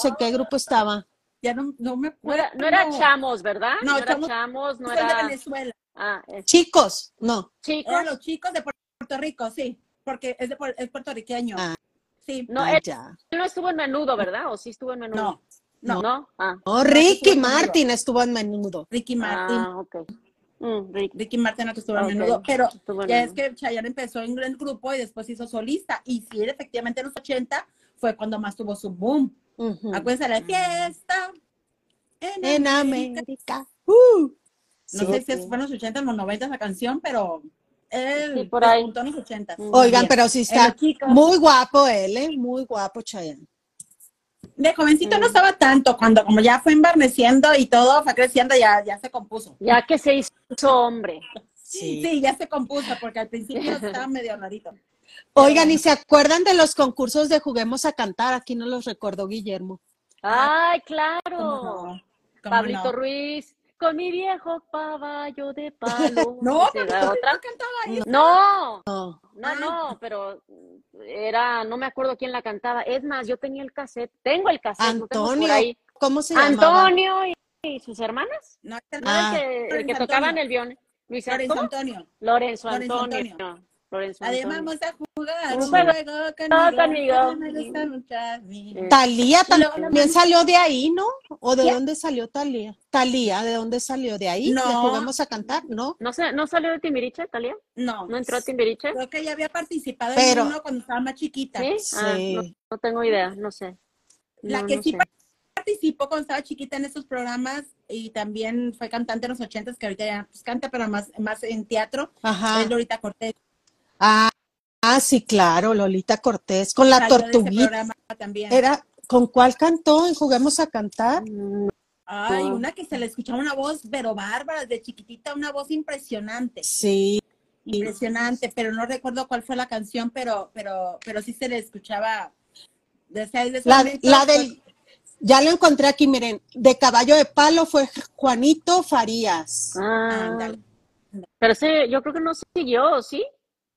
S1: en qué grupo estaba.
S4: ya no, no me
S3: No
S4: acuerdo.
S3: era, no era Chamos, ¿verdad?
S4: No,
S3: No, era
S4: Chamos-
S3: Chamos, no
S4: Soy de
S3: era...
S4: Venezuela.
S3: Ah, es-
S1: Chicos, no.
S3: chicos.
S4: Eran los chicos de Puerto Rico, sí, porque es, de, Puer- es puertorriqueño.
S1: Ah.
S4: Sí,
S3: No,
S1: Ah,
S3: él
S1: ya.
S3: no estuvo en menudo, ¿verdad? ¿O sí estuvo en menudo?
S4: no,
S3: No. ¿No? Ah,
S1: Oh,
S4: estuvo
S1: Ricky
S4: en
S1: Martin estuvo en menudo.
S4: Ricky Martin.
S3: ah ok. Mm, Rick,
S4: Ricky Martin no estuvo en
S3: Ok.
S4: menudo, pero
S3: estuvo en
S4: ya es
S3: menudo.
S4: que Chayanne empezó en el grupo y después hizo solista. Y sí, él efectivamente en los 80 fue cuando más tuvo su boom.
S3: Mm.
S1: Ujú.
S4: Acuérdense la fiesta en,
S1: En
S4: América.
S1: América. Uh.
S4: No
S1: Sí.
S4: sé si fue en los 80 o los 90 la canción, pero él
S3: Sí, por ahí.
S4: despuntó en los 80.
S3: Mm.
S1: Oigan,
S4: Bien.
S1: pero sí
S4: En
S1: está
S4: los chicos.
S1: muy guapo él, ¿eh? Muy guapo Chayanne.
S4: De jovencito
S3: Mm.
S4: no estaba tanto, cuando como ya fue embarneciendo y todo fue creciendo, ya, ya se compuso.
S3: Ya que se hizo hombre.
S1: Sí.
S4: Sí, ya se compuso, porque al principio estaba medio rarito.
S1: Oigan, ¿y se acuerdan de los concursos de Juguemos a Cantar? Aquí no los recordó Guillermo.
S3: Ay,
S4: ¿Cómo no?
S3: claro.
S4: ¿Cómo
S3: Oh, Pablito
S4: no?
S3: Ruiz, con mi viejo caballo de palo.
S4: No,
S3: ¿Se
S4: Pablito
S3: da
S4: Ruiz
S3: otra?
S4: no cantaba ahí.
S3: No,
S1: No.
S3: no, no, pero era, no me acuerdo quién la cantaba. Es más, yo tenía el cassette, tengo el cassette, lo tengo por
S1: Antonio.
S3: ahí.
S1: ¿Cómo se llamaba?
S3: Antonio y, y sus hermanas,
S4: No, este
S3: ¿no?
S4: no era
S1: Ah.
S3: El que, el que
S4: Lorenzo
S3: tocaban
S4: Antonio.
S3: el violín. Luis
S4: Lorenzo
S3: ¿cómo?
S4: Antonio.
S3: Lorenzo
S4: Lorenzo
S3: Antonio.
S4: Antonio.
S3: Lorenzo
S4: Además,
S3: Antonio.
S4: vamos a jugar
S3: Un
S4: un
S3: juego
S4: juego
S3: conmigo.
S4: conmigo. que me gusta mucho a mí.
S3: Eh,
S1: Talía
S4: Y luego la
S1: también
S4: mamá-
S1: salió de ahí, ¿no? ¿O de
S4: ¿Quién?
S1: dónde salió Talía? Talía, ¿de dónde salió? ¿De ahí?
S4: No.
S1: ¿De Juguemos a Cantar? No.
S3: ¿No, se, ¿No salió de Timbiriche, Talía?
S4: No,
S3: ¿No entró a Timbiriche?
S4: creo que ya había participado
S1: Pero-
S4: en uno cuando estaba más chiquita.
S3: ¿Sí? Ah,
S1: Sí.
S3: no, no tengo idea, no sé.
S4: La
S3: No,
S4: que
S3: no
S4: sí
S3: sé.
S4: Participó cuando estaba chiquita en esos programas y también fue cantante en los ochentas, que ahorita ya pues, canta, pero más, más en teatro.
S1: Ajá.
S4: Es Lolita Cortés.
S1: Ah, ah, sí, claro, Lolita Cortés, con la
S4: salió de ese
S1: tortuguita.
S4: programa también.
S1: Era, ¿con cuál cantó en Juguemos a Cantar?
S3: Mm,
S4: Ay,
S3: No.
S4: una que se le escuchaba una voz, pero bárbara, de chiquitita, una voz impresionante.
S1: Sí,
S4: Impresionante, pero no recuerdo cuál fue la canción, pero, pero, pero sí se le escuchaba. de- o sea, desde ese
S1: la,
S4: momento,
S1: la del, ya lo encontré aquí, miren, de caballo de palo fue Juanito Farías.
S3: ah,
S4: pues, Ándale.
S3: pero ese, yo creo que no siguió, ¿sí?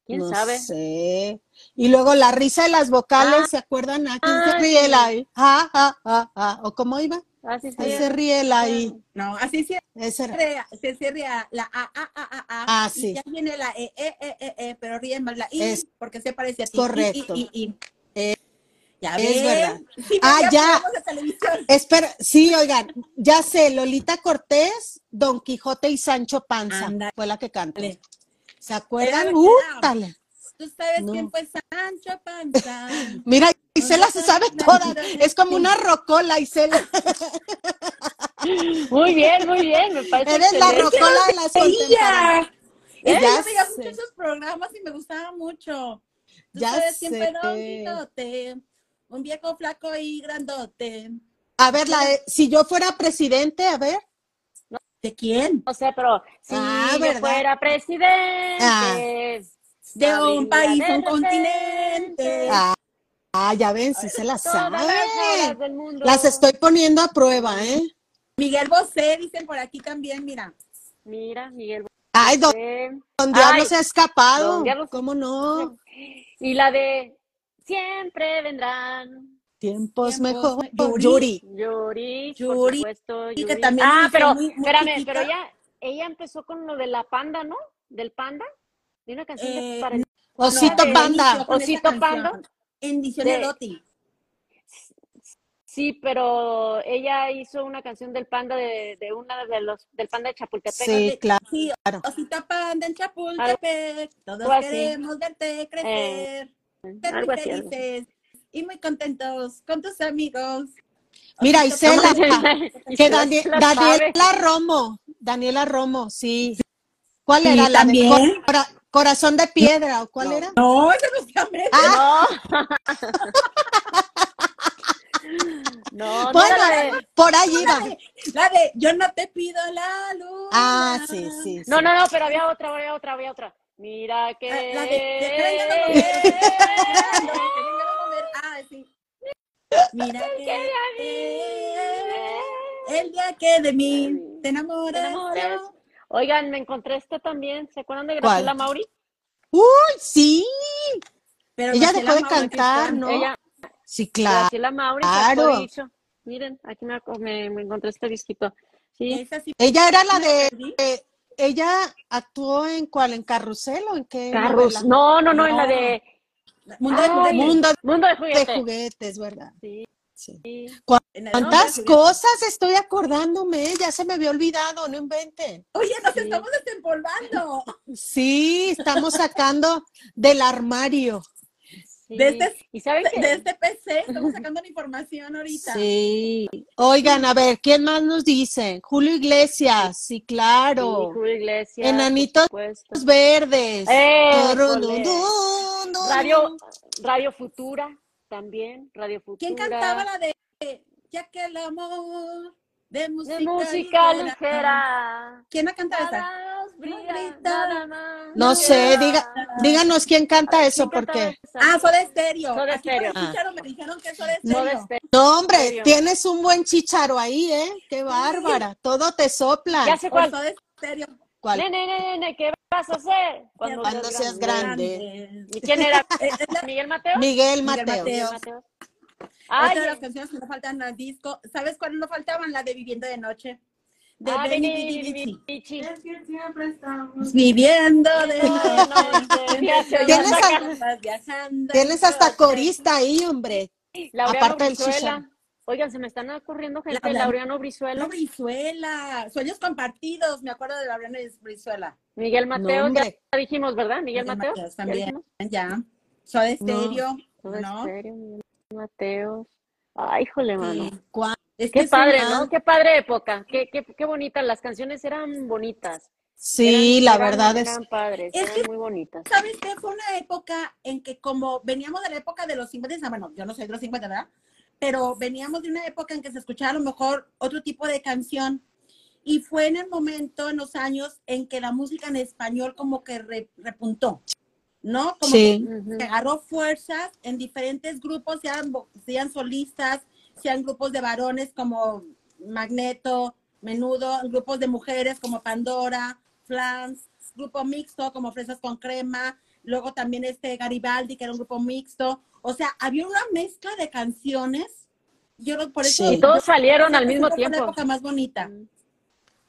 S3: ¿Quién
S1: no
S3: sabe?
S1: sé. Y luego la risa de las vocales,
S3: Ah,
S1: ¿se acuerdan? ¿A quién se
S3: ay.
S1: ríe la I? Ah, ah, ah, ah. ¿O cómo iba?
S3: Ah, sí, sí.
S1: Ahí se ríe la I.
S4: No, así sí
S1: Ese era.
S4: rea- se cierra la A, A, A, A, A.
S1: Ah,
S4: y
S1: sí.
S4: ya viene la E, E, E, E, E, pero ríen más la I,
S1: Es
S4: porque se parece a ti.
S1: correcto. Eh,
S4: I, I, I, I. ya
S1: es
S4: ven.
S1: verdad.
S4: Sí,
S1: Ah, ya.
S4: veía programas de televisión.
S1: Espera, sí, oigan, ya sé, Lolita Cortés, Don Quijote y Sancho Panza
S4: Ándale.
S1: fue la que cantó. ¿Se acuerdan?
S4: Era-
S1: ¡Uh,
S4: era-
S1: tale!
S4: Tú sabes
S1: No.
S4: quién fue Sancho Panza.
S1: Mira, Isela se sabe toda. Es como una rocola, Isela.
S3: Muy bien, muy bien, me parece
S1: Eres la
S3: excelente.
S1: rocola de las contemporáneas.
S4: ¡Ella! Ella,
S1: Ya
S4: yo veía
S1: sé.
S4: mucho esos programas y me gustaba mucho. Tú
S1: Ya
S4: sabes quién
S1: sé.
S4: fue un guinote, un viejo flaco y grandote.
S1: A ver, la de- si yo fuera presidente, a ver.
S4: ¿De quién?
S3: O sea, pero si
S1: Ah,
S3: yo
S1: ¿verdad?
S3: fuera presidente
S1: Ah.
S4: De un país,
S3: abriría
S4: un
S3: de repente
S4: continente.
S1: Ah, ah, ya ven, si se las
S3: todas las horas
S1: sabe.
S3: del mundo.
S1: Las estoy poniendo a prueba, ¿eh?
S4: Miguel Bosé, dicen por aquí también, mira.
S3: Mira, Miguel.
S1: Ay, don,
S3: Bosé.
S1: don Diablo
S3: Ay,
S1: se ha escapado.
S3: don Diablo.
S1: ¿Cómo no?
S3: Y la de siempre vendrán.
S1: Tiempos
S4: Tiempos
S1: mejor.
S4: mejores.
S1: Yuri.
S3: Yuri, por
S4: Yuri,
S3: supuesto.
S4: que
S3: Yuri.
S4: también
S3: ah,
S4: inició
S3: pero
S4: muy- muy
S3: espérame,
S4: chiquita.
S3: pero ella, ella empezó con lo de la panda, ¿no? Del panda. De una canción de
S4: Eh,
S3: para el-
S1: Osito
S3: de-
S1: Panda.
S3: Osito Panda.
S4: Pando. En Edición
S3: De-
S4: Erotti.
S3: Sí, pero ella hizo una canción del panda de, de una de los del panda de Chapultepec.
S1: Sí, claro.
S4: Sí, Osito Panda en Chapultepec. Todos
S3: algo así. Eh,
S4: queremos verte crecer. ser muy
S3: Algo así. algo así.
S4: felices y muy contentos con tus amigos.
S1: Mira,
S4: Osito
S1: Isela,
S4: Panda.
S1: Que Dani-
S3: La sabe.
S1: Daniela Romo. Daniela Romo, sí. ¿Cuál
S4: Sí,
S1: era la de
S4: también.
S1: cora- Corazón de piedra o cuál era?
S4: No, ese no se llama.
S1: Ah,
S3: No, no
S1: bueno,
S3: era la de-
S1: por ahí iba.
S4: La de Yo no te pido la luz.
S1: Ah, sí, sí.
S3: No,
S1: sí.
S3: no, no, pero había otra, había otra, había otra. Mira que.
S4: Ah, La de que vengan a comer. que vengan a comer. Ah, sí. Mira que el día que de mí te
S3: Te
S4: enamoras.
S3: enamoras.
S4: yo-
S3: Oigan, me encontré esta también. ¿Se acuerdan de
S1: ¿Cuál?
S3: Graciela Mauri?
S1: Uy, sí.
S4: Pero
S1: Ella
S4: Marcela
S1: dejó de
S4: Maura
S1: cantar,
S4: Cristán.
S1: ¿no?
S3: Ella,
S1: Sí, claro.
S3: Graciela Mauri,
S1: Claro.
S3: sacó dicho. Miren, aquí me, aco- me- me encontré este disquito. Sí,
S4: Esa sí.
S1: Ella era la de. de- ella actuó en cuál, en Carrusel o en qué?
S3: Carros.
S1: novela?
S3: No, no, no, en la
S4: No.
S3: de
S4: Mundo de
S3: Ay,
S4: Juguetes.
S1: Mundo
S3: Mundo de
S1: de
S3: Juguete.
S1: juguetes, ¿verdad?
S3: Sí,
S1: Sí.
S3: sí.
S4: En el Mundo de
S1: ¿Cuántas
S4: Juguetes.
S1: cosas estoy acordándome? Ya se me había olvidado, no inventen.
S4: Oye, nos
S3: Sí.
S4: estamos desempolvando
S1: Sí, estamos sacando del armario.
S3: sí.
S4: De este-
S3: ¿Y saben qué?
S4: de este PC. Estamos sacando la información ahorita.
S1: Sí. Oigan, a ver, ¿quién más nos dice? Julio Iglesias, sí,
S3: Sí,
S1: claro.
S3: Julio Iglesias.
S1: Enanitos.
S3: por supuesto.
S1: Los verdes.
S3: Eh,
S1: Tururundun,
S3: Radio, Radio Futura también. Radio Futura.
S4: ¿Quién cantaba la de Ya que el amor de música,
S3: de música
S4: ligera?
S3: ligera?
S4: ¿Quién la canta esa?
S3: Nada nos brilla,
S4: Brilla.
S3: nada más
S1: No
S3: nos
S1: sé,
S3: queda.
S1: diga, díganos quién
S3: A
S1: canta
S3: ver,
S1: eso,
S3: ¿quién cantaba
S1: porque.
S3: esa?
S4: Ah, Soda Estéreo.
S3: Soda Stereo.
S4: Me dijeron que es Soda
S3: Soda
S4: Estéreo.
S3: Stereo.
S1: No, hombre,
S3: Serio.
S1: tienes un buen chicharo ahí, ¿eh? Qué bárbara. Todo te sopla.
S3: Ya sé cuál.
S4: Soda Estéreo.
S1: ¿Cuál?
S3: Nene, nene, nene, ¿qué vas a hacer? Cuando,
S1: Cuando seas grande.
S3: ¿Y quién era?
S4: Eh, es la-
S3: ¿Miguel Mateo?
S1: Miguel Mateo.
S4: Miguel Mateo.
S3: Mateo.
S4: otra
S3: Ay,
S4: de las canciones que no faltan al disco. ¿Sabes cuáles no faltaban? La de Viviendo de Noche. De
S3: ah,
S4: Benny
S3: Benny
S4: Vivi Vici.
S3: Vici.
S4: Viviendo de
S3: No, no,
S4: noche.
S3: ya se
S4: Mientras
S1: Tienes
S4: las
S1: a-
S4: copas viajando.
S1: Tienes hasta corista ahí, hombre.
S3: Laureano
S1: Aparte del
S3: Brizuela.
S1: chicha.
S3: Oigan, se me están ocurriendo gente.
S4: Laura-
S3: Laureano Brizuela,
S4: Laura Brizuela. Sueños compartidos. Me acuerdo de Laura Brizuela.
S3: Miguel Mateo, ya
S1: hombre.
S3: dijimos, ¿verdad? Miguel
S4: Miguel
S3: Mateo.
S4: Mateos
S3: ¿Ya
S4: también.
S3: dijimos?
S4: Ya. Soda Estéreo.
S3: Todo es
S4: ¿No?
S3: serio, Miguel Mateo. Ay, híjole, mano.
S4: este, Sí. ah,
S1: ¿Cuál?
S4: Es que
S3: Qué
S4: es
S3: padre,
S4: una-
S3: ¿no? Qué padre época. Qué, qué, qué bonitas. Las canciones eran bonitas.
S1: Sí,
S3: Eran-
S1: la
S3: eran-
S1: verdad es.
S3: Eran padres,
S4: Es
S3: eran
S4: que-
S3: muy bonitas.
S4: ¿Sabes qué? Fue una época en que como veníamos de la época de los 50, ah, bueno, yo no soy de los 50, ¿verdad? Pero veníamos de una época en que se escuchaba a lo mejor otro tipo de canción. Y fue en el momento, en los años, en que la música en español como que re- repuntó, ¿no? Como
S1: Sí.
S4: que
S3: Ujú.
S4: Este, agarró fuerzas en diferentes grupos, sean, vo- sean solistas, sean grupos de varones como Magneto, Menudo, grupos de mujeres como Pandora, Flans, grupo mixto como Fresas con Crema, luego también este Garibaldi, que era un grupo mixto. O sea, había una mezcla de canciones. Yo no- por eso
S1: Sí.
S3: Y todos salieron al
S4: siempre
S3: mismo
S4: fue
S3: tiempo.
S4: la época más bonita.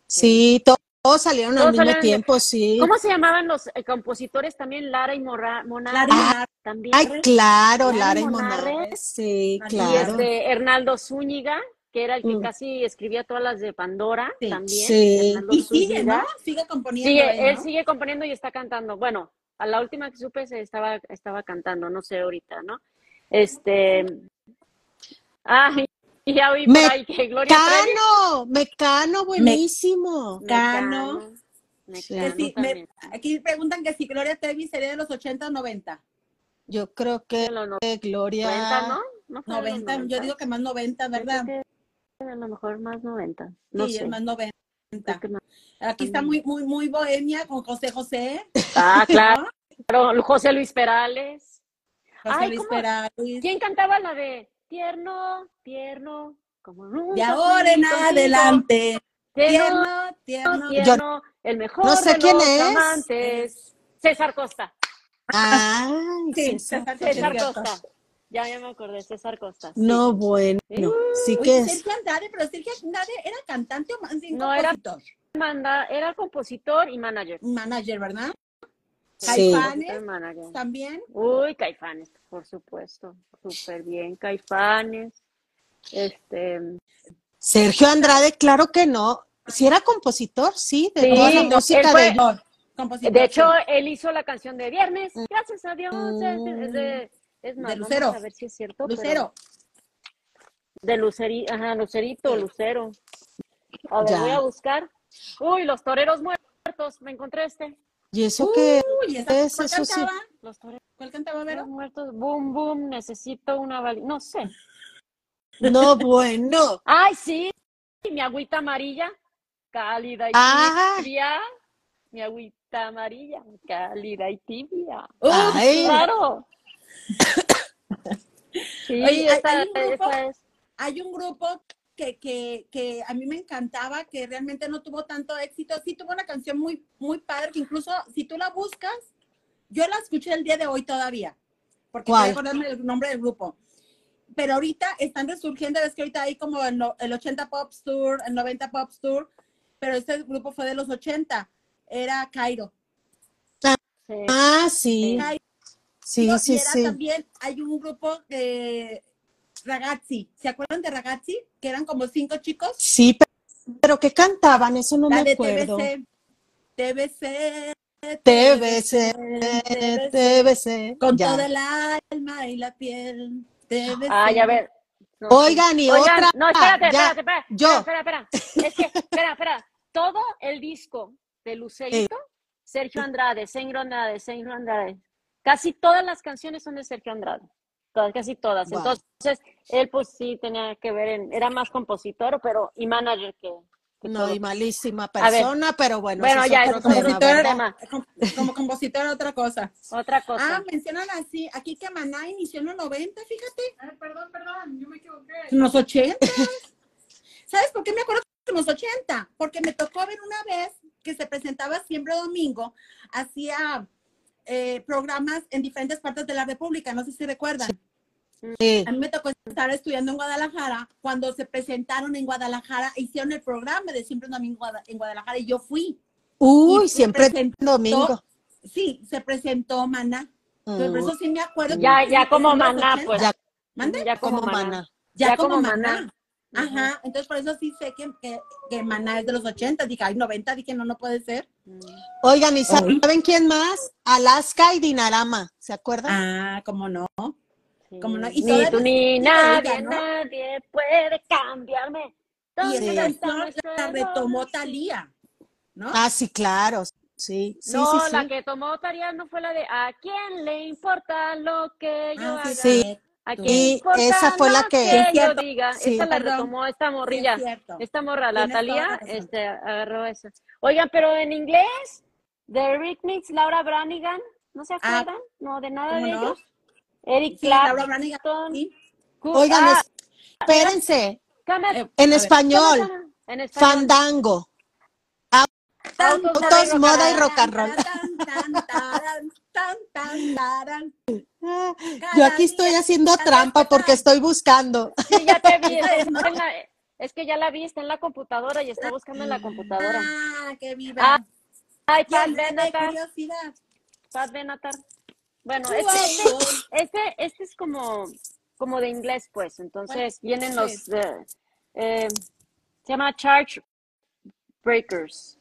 S1: Sí, to- todos salieron
S3: Todos
S1: al mismo
S3: salieron-
S1: tiempo, sí.
S3: ¿Cómo se llamaban los eh, compositores también? Lara y Morra, Monarre.
S4: Lara y Monarre.
S3: también.
S1: Ay, claro,
S3: Lara
S1: Lara y
S3: Monarre.
S1: Monarre. Sí,
S4: Así
S3: y
S1: claro.
S3: este Hernaldo Zúñiga, que era el que
S1: Mm.
S3: casi escribía todas las de Pandora
S4: Sí.
S3: también.
S1: Sí.
S3: Fernando
S4: Y sigue,
S3: Zúñiga.
S4: ¿no? Sigue componiendo.
S3: Sigue,
S4: él, ¿no?
S3: él sigue componiendo y está cantando. Bueno, a la última que supe se estaba, estaba cantando, no sé ahorita, ¿no? Este. Ah, y ya oí por
S1: Me-
S3: ahí que Gloria Trevi.
S1: Mecano, Mecano, buenísimo.
S4: Mecano.
S3: Mecano
S4: Sí, me-
S3: también.
S4: Aquí preguntan que si Gloria Trevi sería de los 80 o 90.
S1: Yo creo
S3: De
S1: que
S3: los
S1: Gloria.
S3: 90, ¿no? ¿No fue de los
S4: 90, yo digo que más 90,
S3: Yo creo
S4: ¿verdad?
S3: que A lo mejor más 90. No
S4: sí,
S3: sé.
S4: es más 90.
S3: creo que más.
S4: Aquí está muy, muy, muy bohemia con José José.
S3: Ah, claro. Pero José Luis Perales.
S4: José
S3: Ay,
S4: Luis
S3: ¿cómo?
S4: Perales.
S3: ¿Quién cantaba la de tierno, tierno, como nunca?
S4: De ahora en
S3: fui contigo?
S4: adelante.
S3: Tierno,
S4: Tierno, tierno.
S3: tierno, tierno, el mejor
S1: no sé
S3: de
S1: quién
S3: los
S1: es.
S3: amantes. César Costa.
S1: Ay,
S4: Sí,
S1: César.
S4: César
S3: César
S4: Costa.
S3: Costa. Ya, ya me acordé, César Costa. sí.
S1: No, bueno. Sí que
S4: Oye,
S1: es.
S4: Sergio Andrade, pero Sergio Andrade era cantante o más bien
S3: No, era-
S4: compositor.
S3: Manda- era compositor y manager.
S4: Manager, ¿verdad?
S1: Sí.
S4: Caifanes.
S3: Compositor y manager.
S4: También.
S3: Uy, Caifanes, por supuesto. Súper bien, Caifanes. Este,
S1: Sergio Andrade, claro que no. Si era compositor, sí, de
S3: Sí,
S1: toda la
S3: él
S1: música
S3: fue-
S1: de
S4: Compositor. compositor,
S3: de hecho,
S4: sí.
S3: él hizo la canción de Viernes.
S1: Mm.
S3: Gracias a Dios. Es, es de, es más,
S4: De
S3: vamos
S4: Lucero.
S3: a ver si es cierto. pero-
S4: Lucero.
S3: de Luceri, ajá, Lucerito, Lucero. A ver,
S1: Ya.
S3: voy a buscar. Uy, los toreros muertos. Me encontré este.
S1: Y eso que
S4: Uy, esa,
S1: es,
S4: ¿cuál
S1: eso sí.
S4: cantaba?
S3: Los toreros
S4: ¿Cuál cantaba, Vero?
S3: muertos. Boom, boom. Necesito una bali- No sé. Uh.
S1: No, bueno.
S3: Ay, sí, mi agüita amarilla, cálida y
S1: Ah.
S3: tibia. Mi agüita amarilla, cálida y tibia.
S1: Ay.
S3: Claro. Sí,
S4: Oye, hay-
S3: esa,
S4: hay un grupo-
S3: esa es.
S4: hay un grupo que, que, que a mí me encantaba, que realmente no tuvo tanto éxito. Sí tuvo una canción muy, muy padre, que incluso si tú la buscas, yo la escuché el día de hoy todavía, porque
S1: ¿Cuál?
S4: voy a acordarme el nombre del grupo. Pero ahorita están resurgiendo, es que ahorita hay como el, no- el 80 Pop Tour, el 90 Pop Tour, pero este grupo fue de los 80, era Cairo.
S3: sí.
S1: Ah, sí,
S4: Cairo
S1: sí,
S4: y
S1: sí,
S4: era
S1: sí.
S4: también, hay un grupo de ragazzi, ¿se acuerdan de ragazzi? Que eran como cinco chicos.
S1: Sí, pe- pero, que cantaban, eso no
S4: La
S1: me
S4: de
S1: acuerdo.
S4: TBC. TBC.
S1: TBC,
S4: TBC,
S1: TBC.
S4: Con
S1: ya. Ah,
S4: todo el alma y la piel. TBC.
S3: Ay, a ver. No,
S1: Oigan, y
S3: Oigan,
S1: otra. ah,
S3: No, espérate,
S1: ya.
S3: espérate, espérate.
S1: yo.
S3: Espera, espera, espera. Es que, espera, espera. Todo el disco de Lucerito, Sergio Andrade, Sergio Andrade, Sergio Andrade. Casi todas las canciones son de Sergio Andrade. Todas, casi todas.
S1: Wow.
S3: Entonces, él pues sí tenía que ver en, era más compositor, pero y manager que. que
S1: No,
S3: todo.
S1: y malísima
S3: ver.
S1: persona, pero bueno,
S3: Bueno,
S1: ese es
S3: ya,
S1: otro
S3: ese es otro
S1: tema,
S4: compositor,
S1: ¿verdad?
S3: tema.
S4: Como, como compositor era otra cosa.
S3: Otra cosa.
S4: Ah, mencionan así, aquí que Maná inició en los 90, fíjate. perdón, perdón, yo me equivoqué. En los 80. ¿Sabes por qué me acuerdo que en los 80? Porque me tocó ver una vez que se presentaba siempre domingo, hacía eh, programas en diferentes partes de la República, no sé si recuerdan.
S1: Sí.
S4: A mí me tocó estar estudiando en Guadalajara. Cuando se presentaron en Guadalajara, hicieron el programa de Siempre Domingo Guada- en Guadalajara y yo fui.
S1: Uy,
S4: Y
S1: siempre
S4: presentó-
S1: domingo.
S4: Sí, se presentó Maná. Entonces, por
S1: Mm,
S4: eso sí me acuerdo.
S3: Ya,
S4: que-
S3: ya como
S4: en los
S3: maná,
S4: 80.
S3: pues.
S1: Ya-
S4: ¿Mande?
S3: Ya como
S1: como
S3: maná.
S1: maná.
S4: Ya,
S3: ya
S4: como,
S3: como
S4: maná.
S3: Maná.
S4: Ajá, entonces por eso sí sé que, que, que Maná es de los 80. Dije, ay, 90, dije, no, no puede ser.
S3: Mm.
S1: Oigan, ¿y
S4: Ay.
S1: saben quién más? Alaska y Dinarama, ¿se acuerdan?
S4: Ah, cómo no.
S3: Sí.
S4: Como no- y
S3: ni
S4: todas
S3: tú
S4: las-
S3: ni
S4: sí,
S3: nadie,
S4: ella, ¿no?
S3: nadie puede cambiarme.
S4: Y
S1: Sí.
S4: esa canción
S3: nuestro
S4: la
S3: amor?
S4: retomó Talía, ¿no?
S1: Ah, sí, claro. Sí, sí,
S3: no,
S1: sí,
S3: la
S1: sí.
S3: que tomó Tarián no fue la de ¿A quién le importa lo que yo
S4: Ah,
S3: haga?
S1: sí.
S4: sí,
S3: ¿A quién
S1: Y
S3: le importa
S1: esa fue la
S3: lo
S1: que-
S3: yo
S4: Es cierto.
S3: diga?
S1: Sí.
S3: Esa la
S4: Perdón.
S3: retomó esta
S4: sí,
S3: morrilla.
S4: es cierto.
S3: Esta morra, la
S4: Tienes toda la
S3: Talía,
S4: razón.
S3: este, agarró esa. Oigan, pero en inglés, de Rhythmics, Laura Branigan, ¿no se
S4: Ah,
S3: acuerdan? no, de nada
S4: ¿cómo
S3: de
S4: no?
S3: ellos. Eric
S4: Sí, Laura
S3: Clapton.
S4: Branigan. sí.
S3: Cu-
S1: Oigan,
S3: ah,
S1: espérense.
S3: Cana-
S4: Eh, a
S1: En
S4: ver.
S1: español,
S3: Cana- en español.
S1: fandango,
S4: Tan,
S3: Autos,
S1: autos,
S3: moda y
S1: moda y
S4: taran,
S1: rock and roll.
S4: taran, tan, taran, tan, tan, taran.
S1: Yo
S4: Cada
S1: aquí estoy
S4: día
S1: haciendo
S4: cada
S1: trampa
S4: vez
S1: porque
S4: más.
S1: estoy buscando.
S3: Sí, ya te vi.
S4: Esa es,
S3: está en la- es que ya la vi, está en la computadora y está buscando en la computadora.
S4: Ah, qué viva.
S3: Ah, Ay,
S4: Ya
S3: Pat
S4: me da
S3: Benatar,
S4: curiosidad.
S3: Pat Benatar. Bueno,
S4: Wow.
S3: este, este, este, este es como, como de inglés, pues. Entonces, vienen los,
S4: sí.
S3: de- eh, se llama Charge Breakers.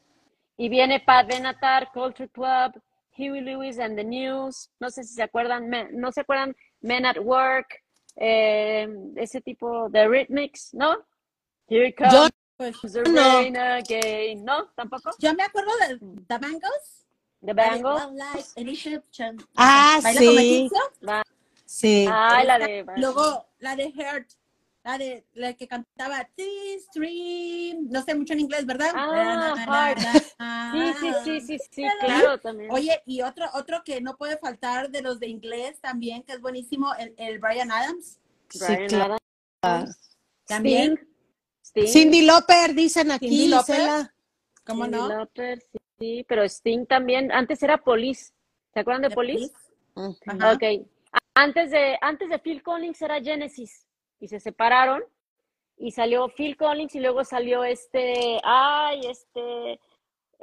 S3: Y viene Pat Benatar, Culture Club, Huey Lewis and the News. No sé si se acuerdan, men- no se acuerdan, Men at Work, eh, ese tipo de Rhythmics, ¿no? Here comes
S1: Yo
S4: Pues,
S3: the
S1: no.
S3: rain again. ¿No? ¿Tampoco?
S4: yo me acuerdo de The Bangles.
S3: The Bangles.
S4: Love Life, Initiative,
S1: Ah,
S4: Baila como
S1: sí,
S4: Egipcio.
S1: sí.
S3: Ah, la de...
S4: Luego la de Hurt, la de la que cantaba This Dream, no sé mucho en inglés, ¿verdad?
S3: Ah, Heart. Sí, sí, sí, sí, sí, claro, también.
S4: Oye, y otro, otro que no puede faltar de los de inglés también, que es buenísimo, el, el Brian Adams.
S1: sí,
S3: Brian
S1: claro.
S3: Adams,
S4: También,
S3: Sting,
S1: Cindy Loper, dicen aquí,
S4: Cindy Lauper.
S1: Isela.
S4: ¿cómo
S3: Cyndi
S4: no?
S3: Lauper, sí, sí, pero Sting también, antes era Police. ¿Se acuerdan de,
S4: De
S3: Police?
S4: Police.
S1: Ujú.
S4: Ajá.
S3: Ok. A- Antes de, antes de Phil Collins era Genesis y se separaron y salió Phil Collins y luego salió este, ay, este,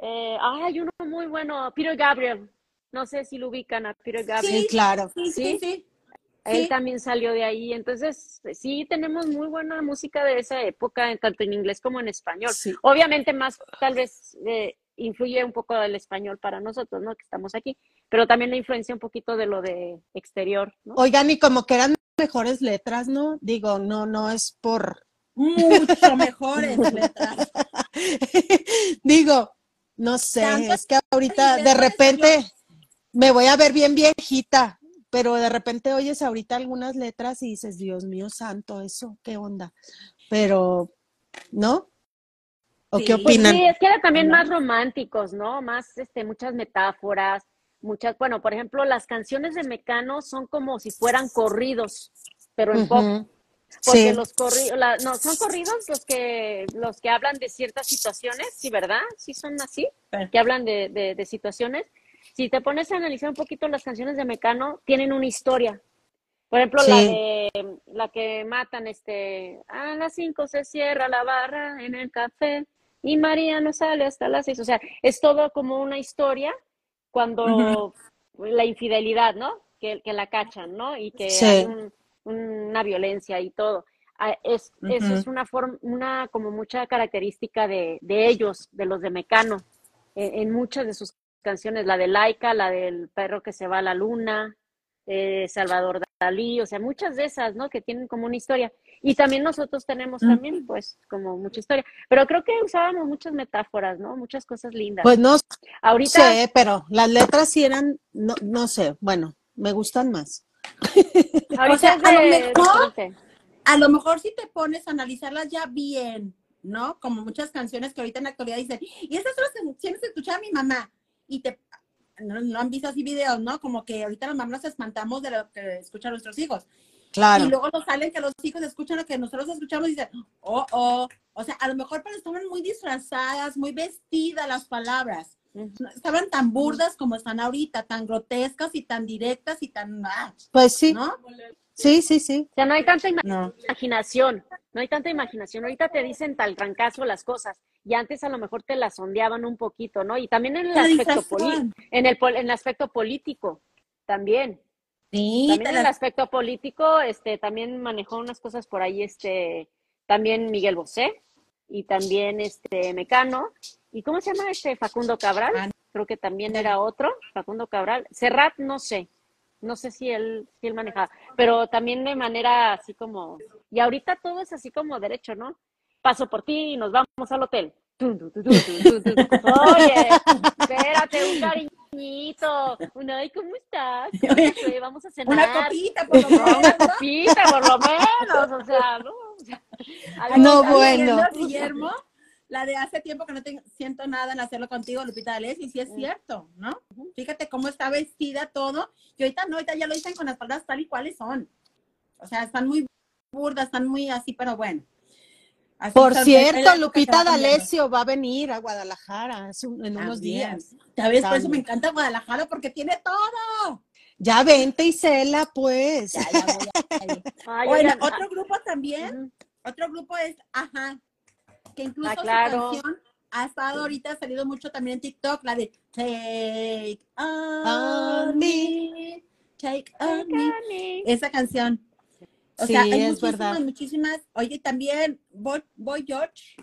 S3: eh, ay, uno muy bueno, Peter Gabriel. No sé si lo ubican a Peter Gabriel.
S1: Sí, claro.
S4: Sí, sí, sí.
S3: Él
S4: sí.
S3: también salió de ahí. Entonces, sí, tenemos muy buena música de esa época, en- tanto en inglés como en español.
S1: Sí.
S3: Obviamente más, tal vez, eh, influye un poco el español para nosotros, ¿no? Que estamos aquí, pero también la influencia un poquito de lo de exterior, ¿no?
S1: Oigan, y como que eran mejores letras, ¿no? Digo, no, no es por.
S4: Mucho mejores letras.
S1: Digo, no sé,
S4: Tanto
S1: es que ahorita
S4: inglés
S1: de
S4: con
S1: repente me voy a ver bien viejita, pero de repente oyes ahorita algunas letras y dices, Dios mío santo, eso, ¿qué onda? Pero, ¿no? ¿O
S4: Sí.
S1: qué
S3: Pues
S1: opinan?
S3: sí, es que eran también más románticos, ¿no? Más, este, muchas metáforas, muchas, bueno, por ejemplo, las canciones de Mecano son como si fueran corridos, pero en pop.
S1: Ujú.
S3: Porque
S1: Sí.
S3: los corridos, no, son corridos los que, los que hablan de ciertas situaciones, sí, ¿verdad? Sí son así,
S4: Pero-
S3: que hablan de, de- de situaciones. Si te pones a analizar un poquito las canciones de Mecano, tienen una historia. Por ejemplo, la
S1: Sí.
S3: de la que matan este a las cinco se cierra la barra en el café y María no sale hasta las seis. O sea, es todo como una historia cuando la infidelidad, ¿no? Que, que la cachan, ¿no? Y que
S1: Sí.
S3: hay un- una violencia y todo. Ah, Es, Eso es una forma, una como mucha característica de, de ellos, de los de Mecano, E, en, en muchas de sus canciones, la de Laika, la del perro que se va a la luna, eh, Salvador Dalí, o sea, muchas de esas, ¿no? Que tienen como una historia. Y también nosotros tenemos también, pues, como mucha historia. Pero creo que usábamos muchas metáforas, ¿no? Muchas cosas lindas.
S1: Pues no
S3: Ahorita,
S1: sé, pero las letras sí eran, no, no sé, bueno, me gustan más.
S3: ahorita
S4: O sea,
S3: es
S4: a lo
S3: de-
S4: mejor-
S3: diferente.
S4: a lo mejor si te pones a analizarlas ya bien, ¿no? Como muchas canciones que ahorita en la actualidad dicen, y esas son las canciones que escuchaba mi mamá, y te, no, no han visto así videos, ¿no? Como que ahorita las mamás nos espantamos de lo que escuchan nuestros hijos.
S1: Claro.
S4: Y luego nos salen que los hijos escuchan lo que nosotros escuchamos y dicen, oh, oh. O sea, a lo mejor pero estaban muy disfrazadas, muy vestidas las palabras. No Estaban tan burdas como están ahorita, tan grotescas y tan directas y tan... ah,
S1: Pues sí,
S4: ¿No?
S1: sí, sí, sí.
S3: O sea, no hay tanta ima-
S4: No.
S3: imaginación, no hay tanta imaginación. Ahorita te dicen tal trancazo las cosas y antes a lo mejor te las sondeaban un poquito, ¿no? Y también en el
S4: Te la
S3: aspecto
S4: disfrazaban.
S3: poli- en el pol- en el aspecto político también.
S4: Sí,
S3: También
S4: te
S3: en
S4: las-
S3: el aspecto político, este también manejó unas cosas por ahí este también Miguel Bosé y también este Mecano y ¿cómo se llama este Facundo Cabral?
S4: Ah,
S3: Creo que también era otro, Facundo Cabral. Serrat no sé. No sé si él si él manejaba, pero también de manera así como y ahorita todo es así como derecho, ¿no? Paso por ti y nos vamos al hotel. Tun, tun, tun, tun, tun, tun. Oye, espérate, un cariñito. Un, ay, ¿cómo estás? ¿Cómo te fue? Vamos a cenar.
S4: Una copita, por lo menos.
S3: Una copita, por lo menos, o sea, ¿no? O sea, algo-
S1: No,
S3: algo-
S1: bueno.
S4: Viendo, Guillermo, la de hace tiempo que no te- siento nada en hacerlo contigo, Lupita D'Alessio, y sí
S1: Mm.
S4: es cierto, ¿no? Fíjate cómo está vestida todo, y ahorita no, ahorita ya lo dicen con las palabras tal y cuales son. O sea, están muy burdas, están muy así, pero bueno. Así
S1: Por
S4: son- es la
S1: cierto,
S4: época
S1: Lupita
S4: que va cambiando.
S1: D'Alessio va a venir a Guadalajara es un- en unos
S4: También.
S1: días.
S4: Ya ves, por eso
S1: También.
S4: me encanta Guadalajara, porque tiene todo.
S1: Ya vente, Isela, pues.
S4: Ya, ya voy a-
S3: Ay,
S4: Bueno,
S3: oigan,
S4: otro grupo
S3: ah,
S4: también
S3: ujú.
S4: Otro grupo es Ajá, que incluso
S3: Ah, claro.
S4: su canción ha estado ahorita, ha salido mucho también en TikTok, la de Take on
S1: On
S4: me, Take on me. Esa canción. O
S1: Sí,
S4: sea, hay
S1: es
S4: muchísimas,
S1: verdad.
S4: muchísimas. Oye, también Boy, Boy George.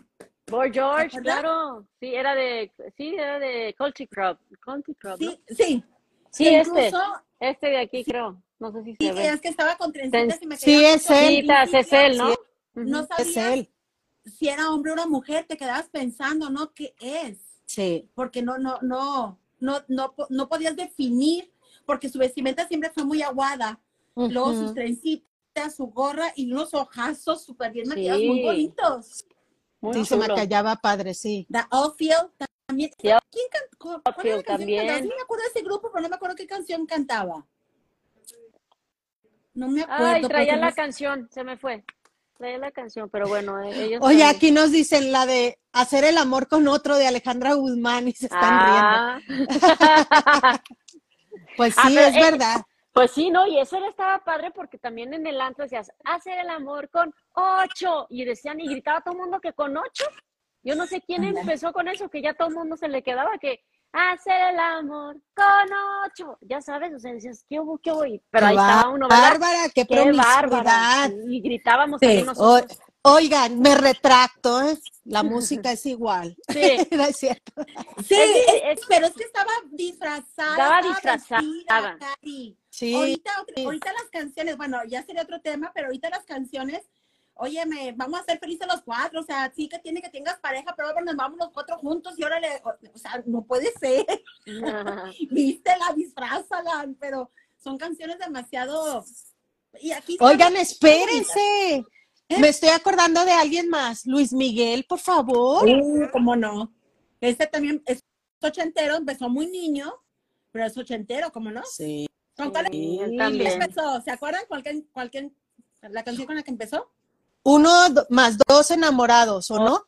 S3: Boy George,
S4: acuerdas?
S3: claro. Sí, era de, sí, era de Culture Club. Culture Club, ¿no?
S4: Sí, sí.
S3: Sí,
S4: Que
S3: este.
S4: Incluso,
S3: Este de aquí, creo. No sé si
S4: sí,
S3: se ve.
S4: es que estaba con trencitas y me
S1: Sí,
S4: quedaba
S1: es
S4: mucho al
S1: él.
S3: Trencitas, es
S4: principio.
S3: él, ¿no?
S4: Sí,
S3: Ujú.
S4: No
S1: Es
S4: sabías
S1: él.
S4: si era hombre o una mujer, te quedabas pensando, ¿no? ¿Qué es?
S1: Sí.
S4: Porque no, no, no, no, no, po- no podías definir, porque su vestimenta siempre fue muy aguada. Luego sus
S1: Ujú.
S4: trencitas, su gorra y unos ojazos súper bien maquillados,
S3: Sí.
S4: muy bonitos.
S3: Muy
S1: Sí, se me
S3: chulo.
S1: callaba padre, sí.
S4: The Outfield también.
S3: The Out-
S4: ¿Quién cantó? ¿Cuál era la canción
S3: Outfield
S4: que cantaba?
S3: también.
S4: Sí me acuerdo de ese grupo, pero no me acuerdo qué canción cantaba. No me acuerdo.
S3: Ay,
S4: pero
S3: traía
S4: se me
S3: la
S4: hace-
S3: canción, se me fue. Traía la canción, pero bueno, eh, ellos.
S1: Oye,
S3: traen-
S1: aquí nos dicen la de hacer el amor con otro de Alejandra Guzmán y se están riendo.
S3: Ah.
S1: Pues
S3: Ah,
S1: sí,
S3: pero,
S1: es
S3: eh,
S1: verdad.
S3: Pues sí, ¿no? Y eso era- estaba padre porque también en el antro decías, hacer el amor con ocho. Y decían, y gritaba todo el mundo que con ocho. Yo no sé quién
S4: Ándale.
S3: empezó con eso, que ya todo el mundo se le quedaba que hacer el amor con ocho. Ya sabes, o sea, decías, qué hubo, qué hubo. Y- Pero ahí
S1: Bá-
S3: estaba uno, ¿verdad?
S1: Bárbara, qué,
S3: Qué
S1: promiscuidad.
S3: bárbara. Y gritábamos
S1: Sí,
S3: también nosotros.
S1: o- oigan, me retracto, ¿eh? La música es igual.
S3: Sí.
S1: No es cierto.
S4: Sí,
S3: Es que-
S4: es-
S3: es-
S4: pero es que estaba disfrazada.
S3: Estaba
S4: vestida,
S3: disfrazada.
S4: Cari.
S1: Sí.
S4: Ahorita, ahorita las canciones, bueno, ya sería otro tema, pero ahorita las canciones, oye, vamos a ser felices los cuatro, o sea, sí que tiene que tengas pareja, pero ahora nos vamos los cuatro juntos y órale, o, o sea, no puede ser, vístela, disfrázala, pero son canciones demasiado... Y aquí
S1: Oigan,
S4: espérense.
S1: espérense. Me
S3: ¿Eh?
S1: estoy acordando de alguien más. Luis Miguel, por favor.
S4: Uh, cómo no. Este también es ochentero, empezó muy niño, pero es ochentero, ¿cómo no?
S1: Sí.
S4: ¿Con cuál
S3: Sí, él
S1: bien.
S3: también.
S4: empezó? ¿Se acuerdan cualquier, cualquier, la canción con la que empezó?
S1: Uno do- más dos enamorados, ¿o
S4: Oh.
S1: no?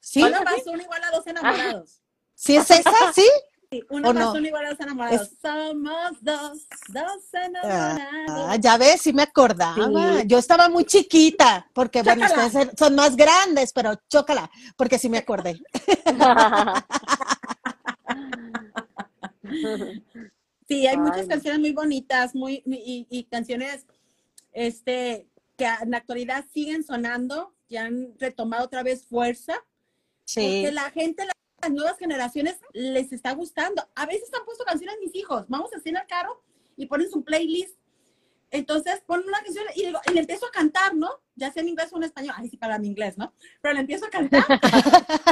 S1: Sí,
S4: Uno más uno igual a dos enamorados.
S1: sí es esa, sí.
S4: Sí, uno
S1: ¿O
S4: más
S1: no?
S4: uno igual a dos enamorados. Somos dos, dos
S1: Ah,
S4: enamorados.
S1: ya ves, sí me acordaba.
S4: Sí.
S1: Yo estaba muy chiquita, porque bueno,
S4: Chócala.
S1: ustedes er- son más grandes, pero chócala, porque sí me acordé.
S4: Sí, hay muchas
S3: Ay.
S4: canciones muy bonitas, muy y, y canciones este que en la actualidad siguen sonando, que han retomado otra vez fuerza.
S1: Sí.
S4: Porque la gente, la- las nuevas generaciones les está gustando. A veces han puesto canciones mis hijos, vamos a cenar caro y ponen su playlist. Entonces ponen una canción y, digo- y le empiezo a cantar, ¿no? Ya sea en inglés o en español, ay sí para mi inglés, ¿no? Pero le empiezo a cantar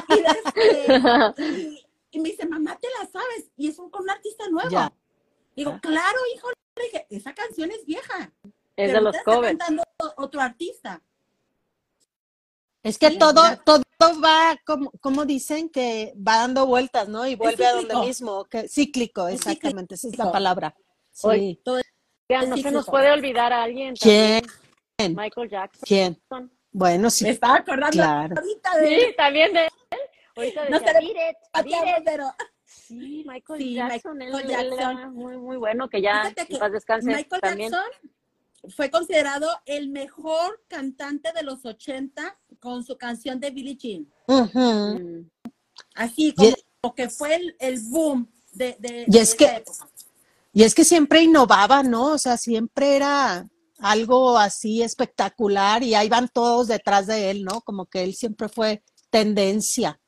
S4: y, este, y- y me dice, mamá, te la sabes. Y es un, con un artista nuevo.
S1: Ya.
S4: Digo, claro, hijo, le dije, esa canción es vieja. pero
S3: es de
S4: ahorita
S3: los
S4: está
S3: covers.
S4: cantando o- otro artista.
S1: Es que
S4: Sí,
S1: todo,
S4: claro.
S1: todo va, como, como dicen, que va dando vueltas, ¿no? Y vuelve a donde
S4: cíclico.
S1: mismo, que, cíclico,
S4: Es cíclico.
S1: exactamente, esa es la palabra. Sí.
S3: Oye,
S4: Todo
S3: Oigan, no se nos
S4: Cíclico.
S3: puede olvidar a alguien
S1: ¿Quién?
S3: también. Michael Jackson.
S1: ¿Quién? Bueno, sí.
S4: Me estaba acordando
S1: Claro.
S4: ahorita de
S3: Sí, también de él. Ahorita
S4: No
S3: decía,
S4: se le-
S3: "Beat it,
S4: Pati
S3: beat it".
S4: Agudero.
S3: Sí, Michael
S4: Sí,
S3: Jackson, él,
S4: Michael
S3: él era
S4: Jackson.
S3: muy, muy bueno, que ya
S4: Fíjate
S3: en
S4: que
S3: paz descanse
S4: Michael
S3: también.
S4: Jackson fue considerado el mejor cantante de los 80 con su canción de Billie Jean.
S1: Ujú.
S3: Mm.
S4: Así como,
S1: Y-
S4: como que fue el, el boom de, de-
S1: Y
S4: de
S1: es
S4: esa
S1: que-
S4: época.
S1: Y es que siempre innovaba, ¿no? O sea, siempre era algo así espectacular y ahí van todos detrás de él, ¿no? Como que él siempre fue tendencia.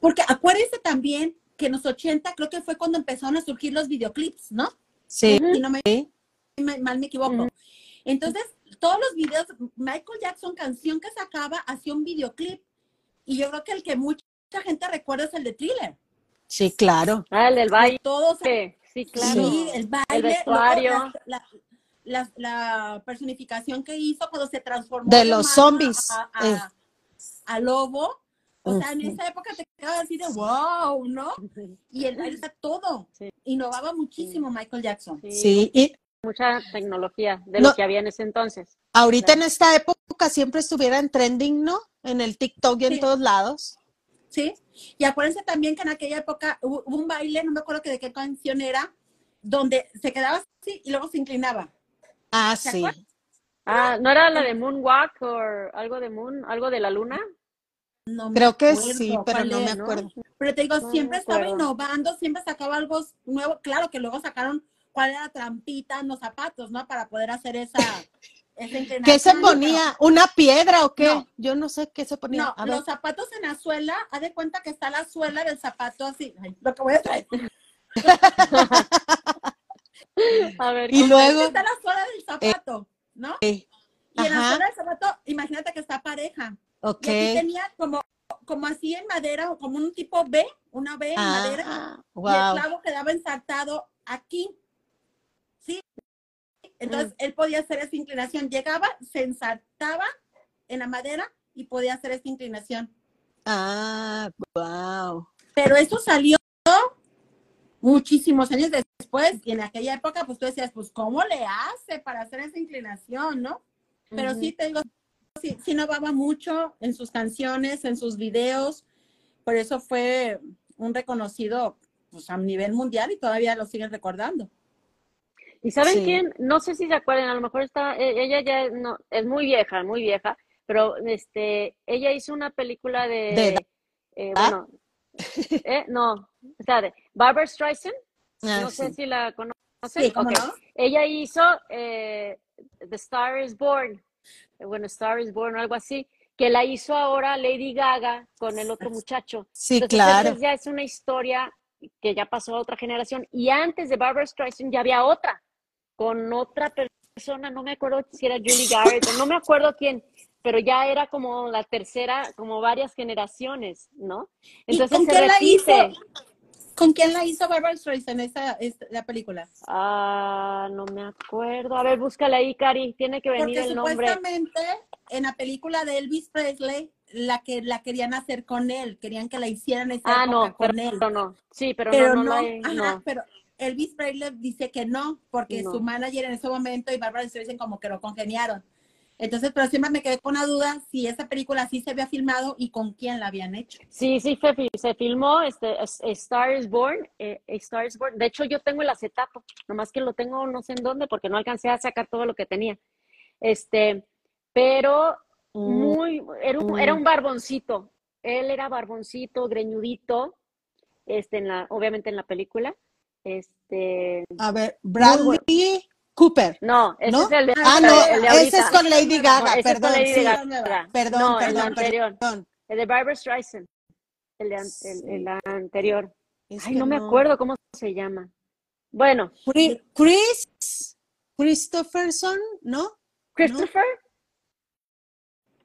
S4: Porque acuérdense también que en los 80 creo que fue cuando empezaron a surgir los videoclips, ¿no?
S1: Sí.
S4: Si no me, me- mal me equivoco. Entonces, todos los videos, Michael Jackson, canción que sacaba, hacía un videoclip. Y yo creo que el que mucha gente recuerda es el de Thriller.
S1: Sí, claro.
S3: Ah, el del baile.
S4: Todos
S3: Sí, claro.
S4: Sí, el baile,
S3: El
S4: luego
S3: vestuario.
S4: La, la- la- la personificación que hizo cuando se transformó
S1: De los
S4: humano
S1: zombies,
S4: a,
S1: eh.
S4: a- a lobo. O sea, en
S1: Ujú.
S4: esa época te quedabas así de wow, ¿no? Y el baile está todo.
S3: Sí.
S4: Innovaba muchísimo Michael Jackson.
S3: Sí,
S1: Sí. Y
S3: mucha tecnología de
S1: No.
S3: lo que había en ese entonces.
S1: ahorita en esta época siempre estuviera en trending, ¿no? En el TikTok y en
S4: Sí.
S1: todos lados.
S4: ¿sí? Y acuérdense también que en aquella época hubo hubo un baile, no me acuerdo que de qué canción era, donde se quedaba así y luego se inclinaba.
S1: Ah,
S4: ¿Se
S1: sí.
S3: Ah, ¿no era la de Moonwalk o algo de Moon, algo de la luna?
S4: No me
S1: Creo que
S4: acuerdo
S1: sí, pero
S4: cuál
S1: no me
S4: era.
S1: acuerdo.
S4: Pero te digo,
S3: No, no
S4: siempre
S3: me
S4: estaba
S3: acuerdo.
S4: innovando, siempre sacaba algo nuevo. Claro que luego sacaron cuál era la trampita en los zapatos, ¿no? Para poder hacer esa, Es entrenar
S1: ¿Qué se
S4: con una-
S1: ponía? ¿Una piedra o qué?
S4: No.
S1: Yo no sé qué se ponía.
S4: No,
S1: A ver.
S4: los zapatos en la suela, haz de cuenta que está la suela del zapato así. Ay, lo que voy a traer.
S3: A ver,
S1: Y
S3: ¿cómo?
S1: luego,
S4: Está la suela del zapato, ¿no?
S1: eh,
S4: Y en la
S1: ajá.
S4: suela del zapato, imagínate que está pareja.
S1: ok.
S4: Y aquí tenía como, como así en madera o como un tipo B, una B en madera.
S1: Ah,
S4: Y el
S1: wow.
S4: clavo quedaba ensartado aquí. ¿Sí? Entonces él podía hacer esa inclinación. Llegaba, se ensartaba en la madera y podía hacer esa inclinación.
S1: Ah, wow.
S4: Pero eso salió muchísimos años después. Y en aquella época, pues tú decías, pues, ¿cómo le hace para hacer esa inclinación, no? Pero sí, te digo, sí, sí innovaba mucho en sus canciones, en sus videos. Por eso fue un reconocido pues, a nivel mundial y todavía lo siguen recordando.
S3: ¿Y saben
S1: Sí.
S3: quién? No sé si se acuerdan, a lo mejor está, e- ella ya no, es muy vieja, muy vieja, pero este, ella hizo una película de,
S1: ¿De edad?
S3: eh, bueno, eh, no, espérate, Barbara Streisand,
S1: Ah,
S3: no sé
S1: sí.
S3: si la conocen.
S4: Sí, ¿cómo
S3: Ok.
S4: no?
S3: Ella hizo eh, The Star is Born, eh, bueno, Star is Born o algo así, que la hizo ahora Lady Gaga con el otro muchacho.
S1: Sí,
S3: Entonces,
S1: claro.
S3: entonces ya es una historia que ya pasó a otra generación. Y antes de Barbara Streisand ya había otra, con otra persona, no me acuerdo si era Julie Garrett, o no me acuerdo quién, pero ya era como la tercera, como varias generaciones, ¿no?
S4: ¿Y
S3: Entonces
S4: con
S3: se
S4: quién la hizo?
S3: repite.
S4: ¿Con quién la hizo Barbara Streisand esa, esta- la película?
S3: Ah, no me acuerdo. A ver, búscala ahí, Cari. Tiene que venir
S4: Porque
S3: el nombre.
S4: supuestamente en la película de Elvis Presley la que la querían hacer con él, querían que la hicieran esa
S3: Ah,
S4: época
S3: no,
S4: con
S3: pero,
S4: él.
S3: pero no. Sí, pero,
S4: pero no,
S3: no, no, la he-
S4: ajá,
S3: no.
S4: pero Elvis Presley dice que no, porque
S3: No.
S4: su manager en ese momento y Barbara Streisand como que lo congeniaron. Entonces, pero siempre me quedé con una duda si esa película sí se había filmado y con quién la habían hecho.
S3: Sí, sí, se, fi- se filmó este, A A Star is Born, eh, A Star is Born. De hecho, yo tengo el acetato, nomás que lo tengo no sé en dónde porque no alcancé a sacar todo lo que tenía. Este, pero muy, era un, era un barboncito. Él era barboncito, greñudito, este, en la, obviamente en la película. Este,
S1: A ver, Bradley Cooper.
S3: no, ese
S1: ¿No?
S3: es el de,
S1: Ah,
S3: el de- el de
S1: no, ese es
S3: ahorita.
S1: con Lady
S3: No,
S1: Gaga,
S3: ese es con
S1: perdón,
S3: Lady
S1: sí,
S3: Gaga.
S1: perdón,
S3: no, el
S1: perdón,
S3: anterior.
S1: perdón.
S3: El de Barbara Streisand. El, de an- el- el anterior.
S1: Es
S3: Ay,
S1: que
S3: no me acuerdo cómo se llama. Bueno,
S1: Cri- Chris Christopherson, ¿no?
S3: Christopher.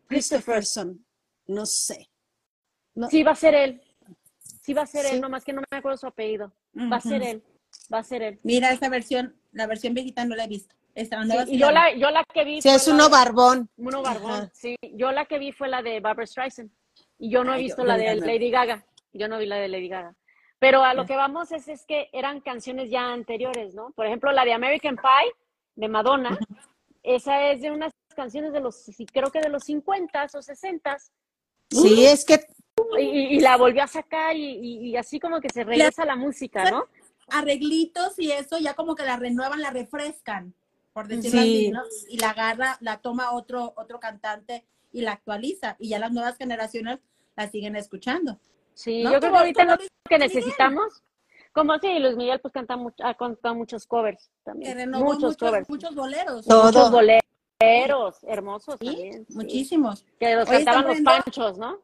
S1: Christopherson, no sé. No.
S3: Sí, va a ser él. Sí, va a ser
S1: Sí.
S3: él, nomás que no me acuerdo su apellido. Va a ser él. Va a ser él.
S4: Mira, esa versión, la versión viejita no la he visto. Esta, la
S3: Sí,
S4: nueva sí
S3: y yo
S4: la vi.
S3: la, yo la que vi.
S1: Sí,
S3: fue
S1: es
S3: la
S1: uno
S3: de-
S1: barbón.
S3: uno barbón.
S1: Ajá.
S3: Sí, yo la que vi fue la de Barbara Streisand. Y yo no he
S4: Ay, yo-
S3: visto
S4: yo
S3: la
S4: vi la
S3: de
S4: nueva.
S3: Lady Gaga. Yo no vi la de Lady Gaga. Pero a lo
S4: Ya.
S3: que vamos es, es que eran canciones ya anteriores, ¿no? Por ejemplo, la de American Pie, de Madonna. Esa es de unas canciones de los, sí, creo que de los 50 o 60 Uh.
S1: Sí, es que
S3: y, y- y la volvió a sacar y, y- y así como que se regresa la música, ¿no?
S4: Arreglitos y eso, ya como que la renuevan, la refrescan, por decirlo
S1: Sí.
S4: así, ¿no? Y la agarra, la toma otro, otro cantante y la actualiza. Y ya las nuevas generaciones la siguen escuchando.
S3: Sí,
S4: No,
S3: yo creo que
S4: como-
S3: ahorita
S4: como
S3: lo
S4: Luis
S3: que necesitamos, como sí, Luis Miguel pues canta, mucho, ha cantado muchos covers
S4: que
S3: también,
S4: renovó
S3: muchos
S4: muchos,
S3: covers.
S4: muchos boleros.
S1: Todo.
S3: Muchos boleros hermosos
S4: Sí,
S3: también. sí.
S4: Muchísimos.
S3: Que los
S4: Oye,
S3: cantaban los
S4: están poniendo-
S3: panchos, ¿no?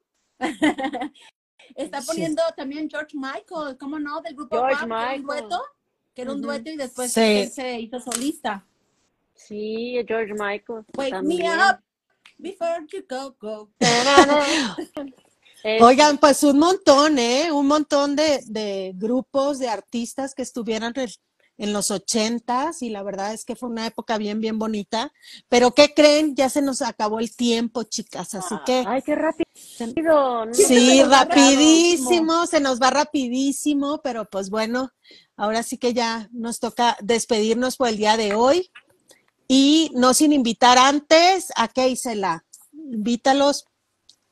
S4: Está
S1: Sí.
S4: poniendo también George Michael, ¿cómo no? Del grupo
S3: George
S4: Wham, que era un
S3: Michael.
S4: dueto, que era un
S3: Ujú.
S4: dueto y después
S1: Sí.
S4: él se hizo solista.
S3: Sí, George Michael.
S4: Wake
S3: también.
S4: me up before you go, go.
S3: Es-
S1: Oigan, pues un montón, ¿eh? Un montón de, de grupos, de artistas que estuvieran re- en los ochentas y la verdad es que fue una época bien, bien bonita. Pero ¿qué creen? Ya se nos acabó el tiempo, chicas, así que...
S3: Ay, qué rápido. no se
S1: Ah, Sí,
S3: me acordaba.
S1: rapidísimo, se nos va rapidísimo, pero pues bueno, ahora sí que ya nos toca despedirnos por el día de hoy y no sin invitar antes a qué Isela, invítalos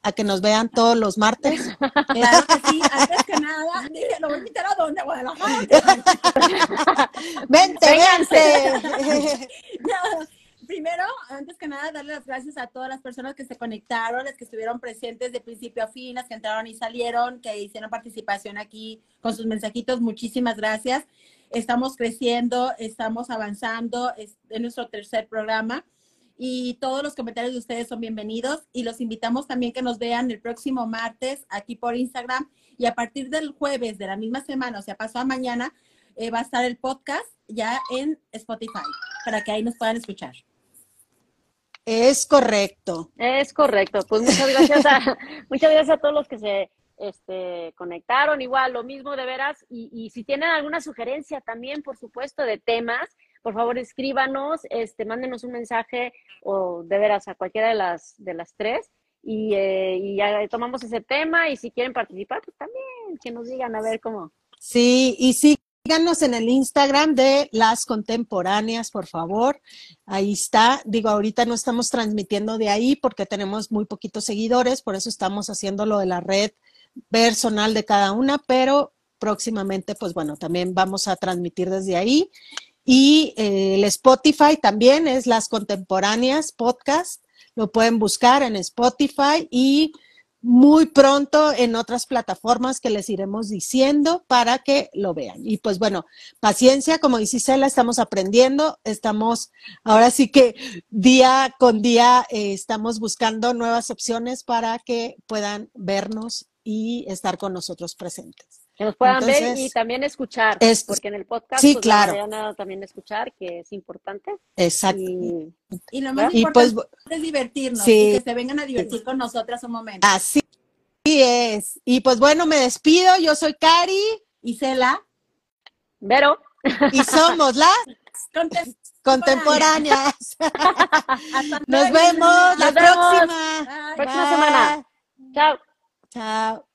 S1: a que nos vean todos los martes.
S4: Claro que sí, antes que nada, dije, lo voy a invitar a dónde, a Guadalajara.
S1: Vente, vente.
S4: No, Primero, antes que nada, darle las gracias a todas las personas que se conectaron, las que estuvieron presentes de principio a fin, las que entraron y salieron, que hicieron participación aquí con sus mensajitos. Muchísimas gracias. Estamos creciendo, estamos avanzando, es en nuestro tercer programa y todos los comentarios de ustedes son bienvenidos y los invitamos también que nos vean el próximo martes aquí por Instagram y a partir del jueves de la misma semana, o sea, pasó a mañana, eh, va a estar el podcast ya en Spotify para que ahí nos puedan escuchar.
S1: Es correcto.
S3: Es correcto. Pues muchas gracias a, muchas gracias a todos los que se este, conectaron. Igual, lo mismo de veras. Y, y si tienen alguna sugerencia también, por supuesto, de temas, por favor escríbanos, este, mándenos un mensaje o de veras a cualquiera de las, de las tres. Y, eh, y ya tomamos ese tema y si quieren participar, pues también que nos digan a ver cómo.
S1: Sí, y síganos en el Instagram de las contemporáneas, por favor. Ahí está. Digo, ahorita no estamos transmitiendo de ahí porque tenemos muy poquitos seguidores, por eso estamos haciendo lo de la red personal de cada una, pero próximamente, pues bueno, también vamos a transmitir desde ahí. Y eh, el Spotify también es Las Contemporáneas Podcast. Lo pueden buscar en Spotify y muy pronto en otras plataformas que les iremos diciendo para que lo vean. Y pues bueno, paciencia, como dice Isela, estamos aprendiendo, estamos ahora sí que día con día eh, estamos buscando nuevas opciones para que puedan vernos y estar con nosotros presentes.
S3: Que nos puedan ver
S1: Entonces,
S3: y también escuchar,
S1: es-
S3: porque en el podcast
S1: sí,
S3: pues,
S1: claro.
S3: van a también escuchar, que es importante.
S1: Exacto.
S3: Y
S4: Y lo más
S1: Y pues
S4: importante es divertirnos
S1: sí. Ah.
S4: y que se vengan a divertir con nosotras un momento.
S1: así es. Y pues bueno, me despido. Yo soy Cari
S4: Isela,
S3: Vero,
S1: y somos las
S4: contes-
S1: contemporáneas.
S4: hasta
S1: Nos
S4: luego.
S1: vemos la
S3: Nos vemos.
S1: próxima.
S4: Bye.
S3: próxima semana. Chao.
S1: Chao.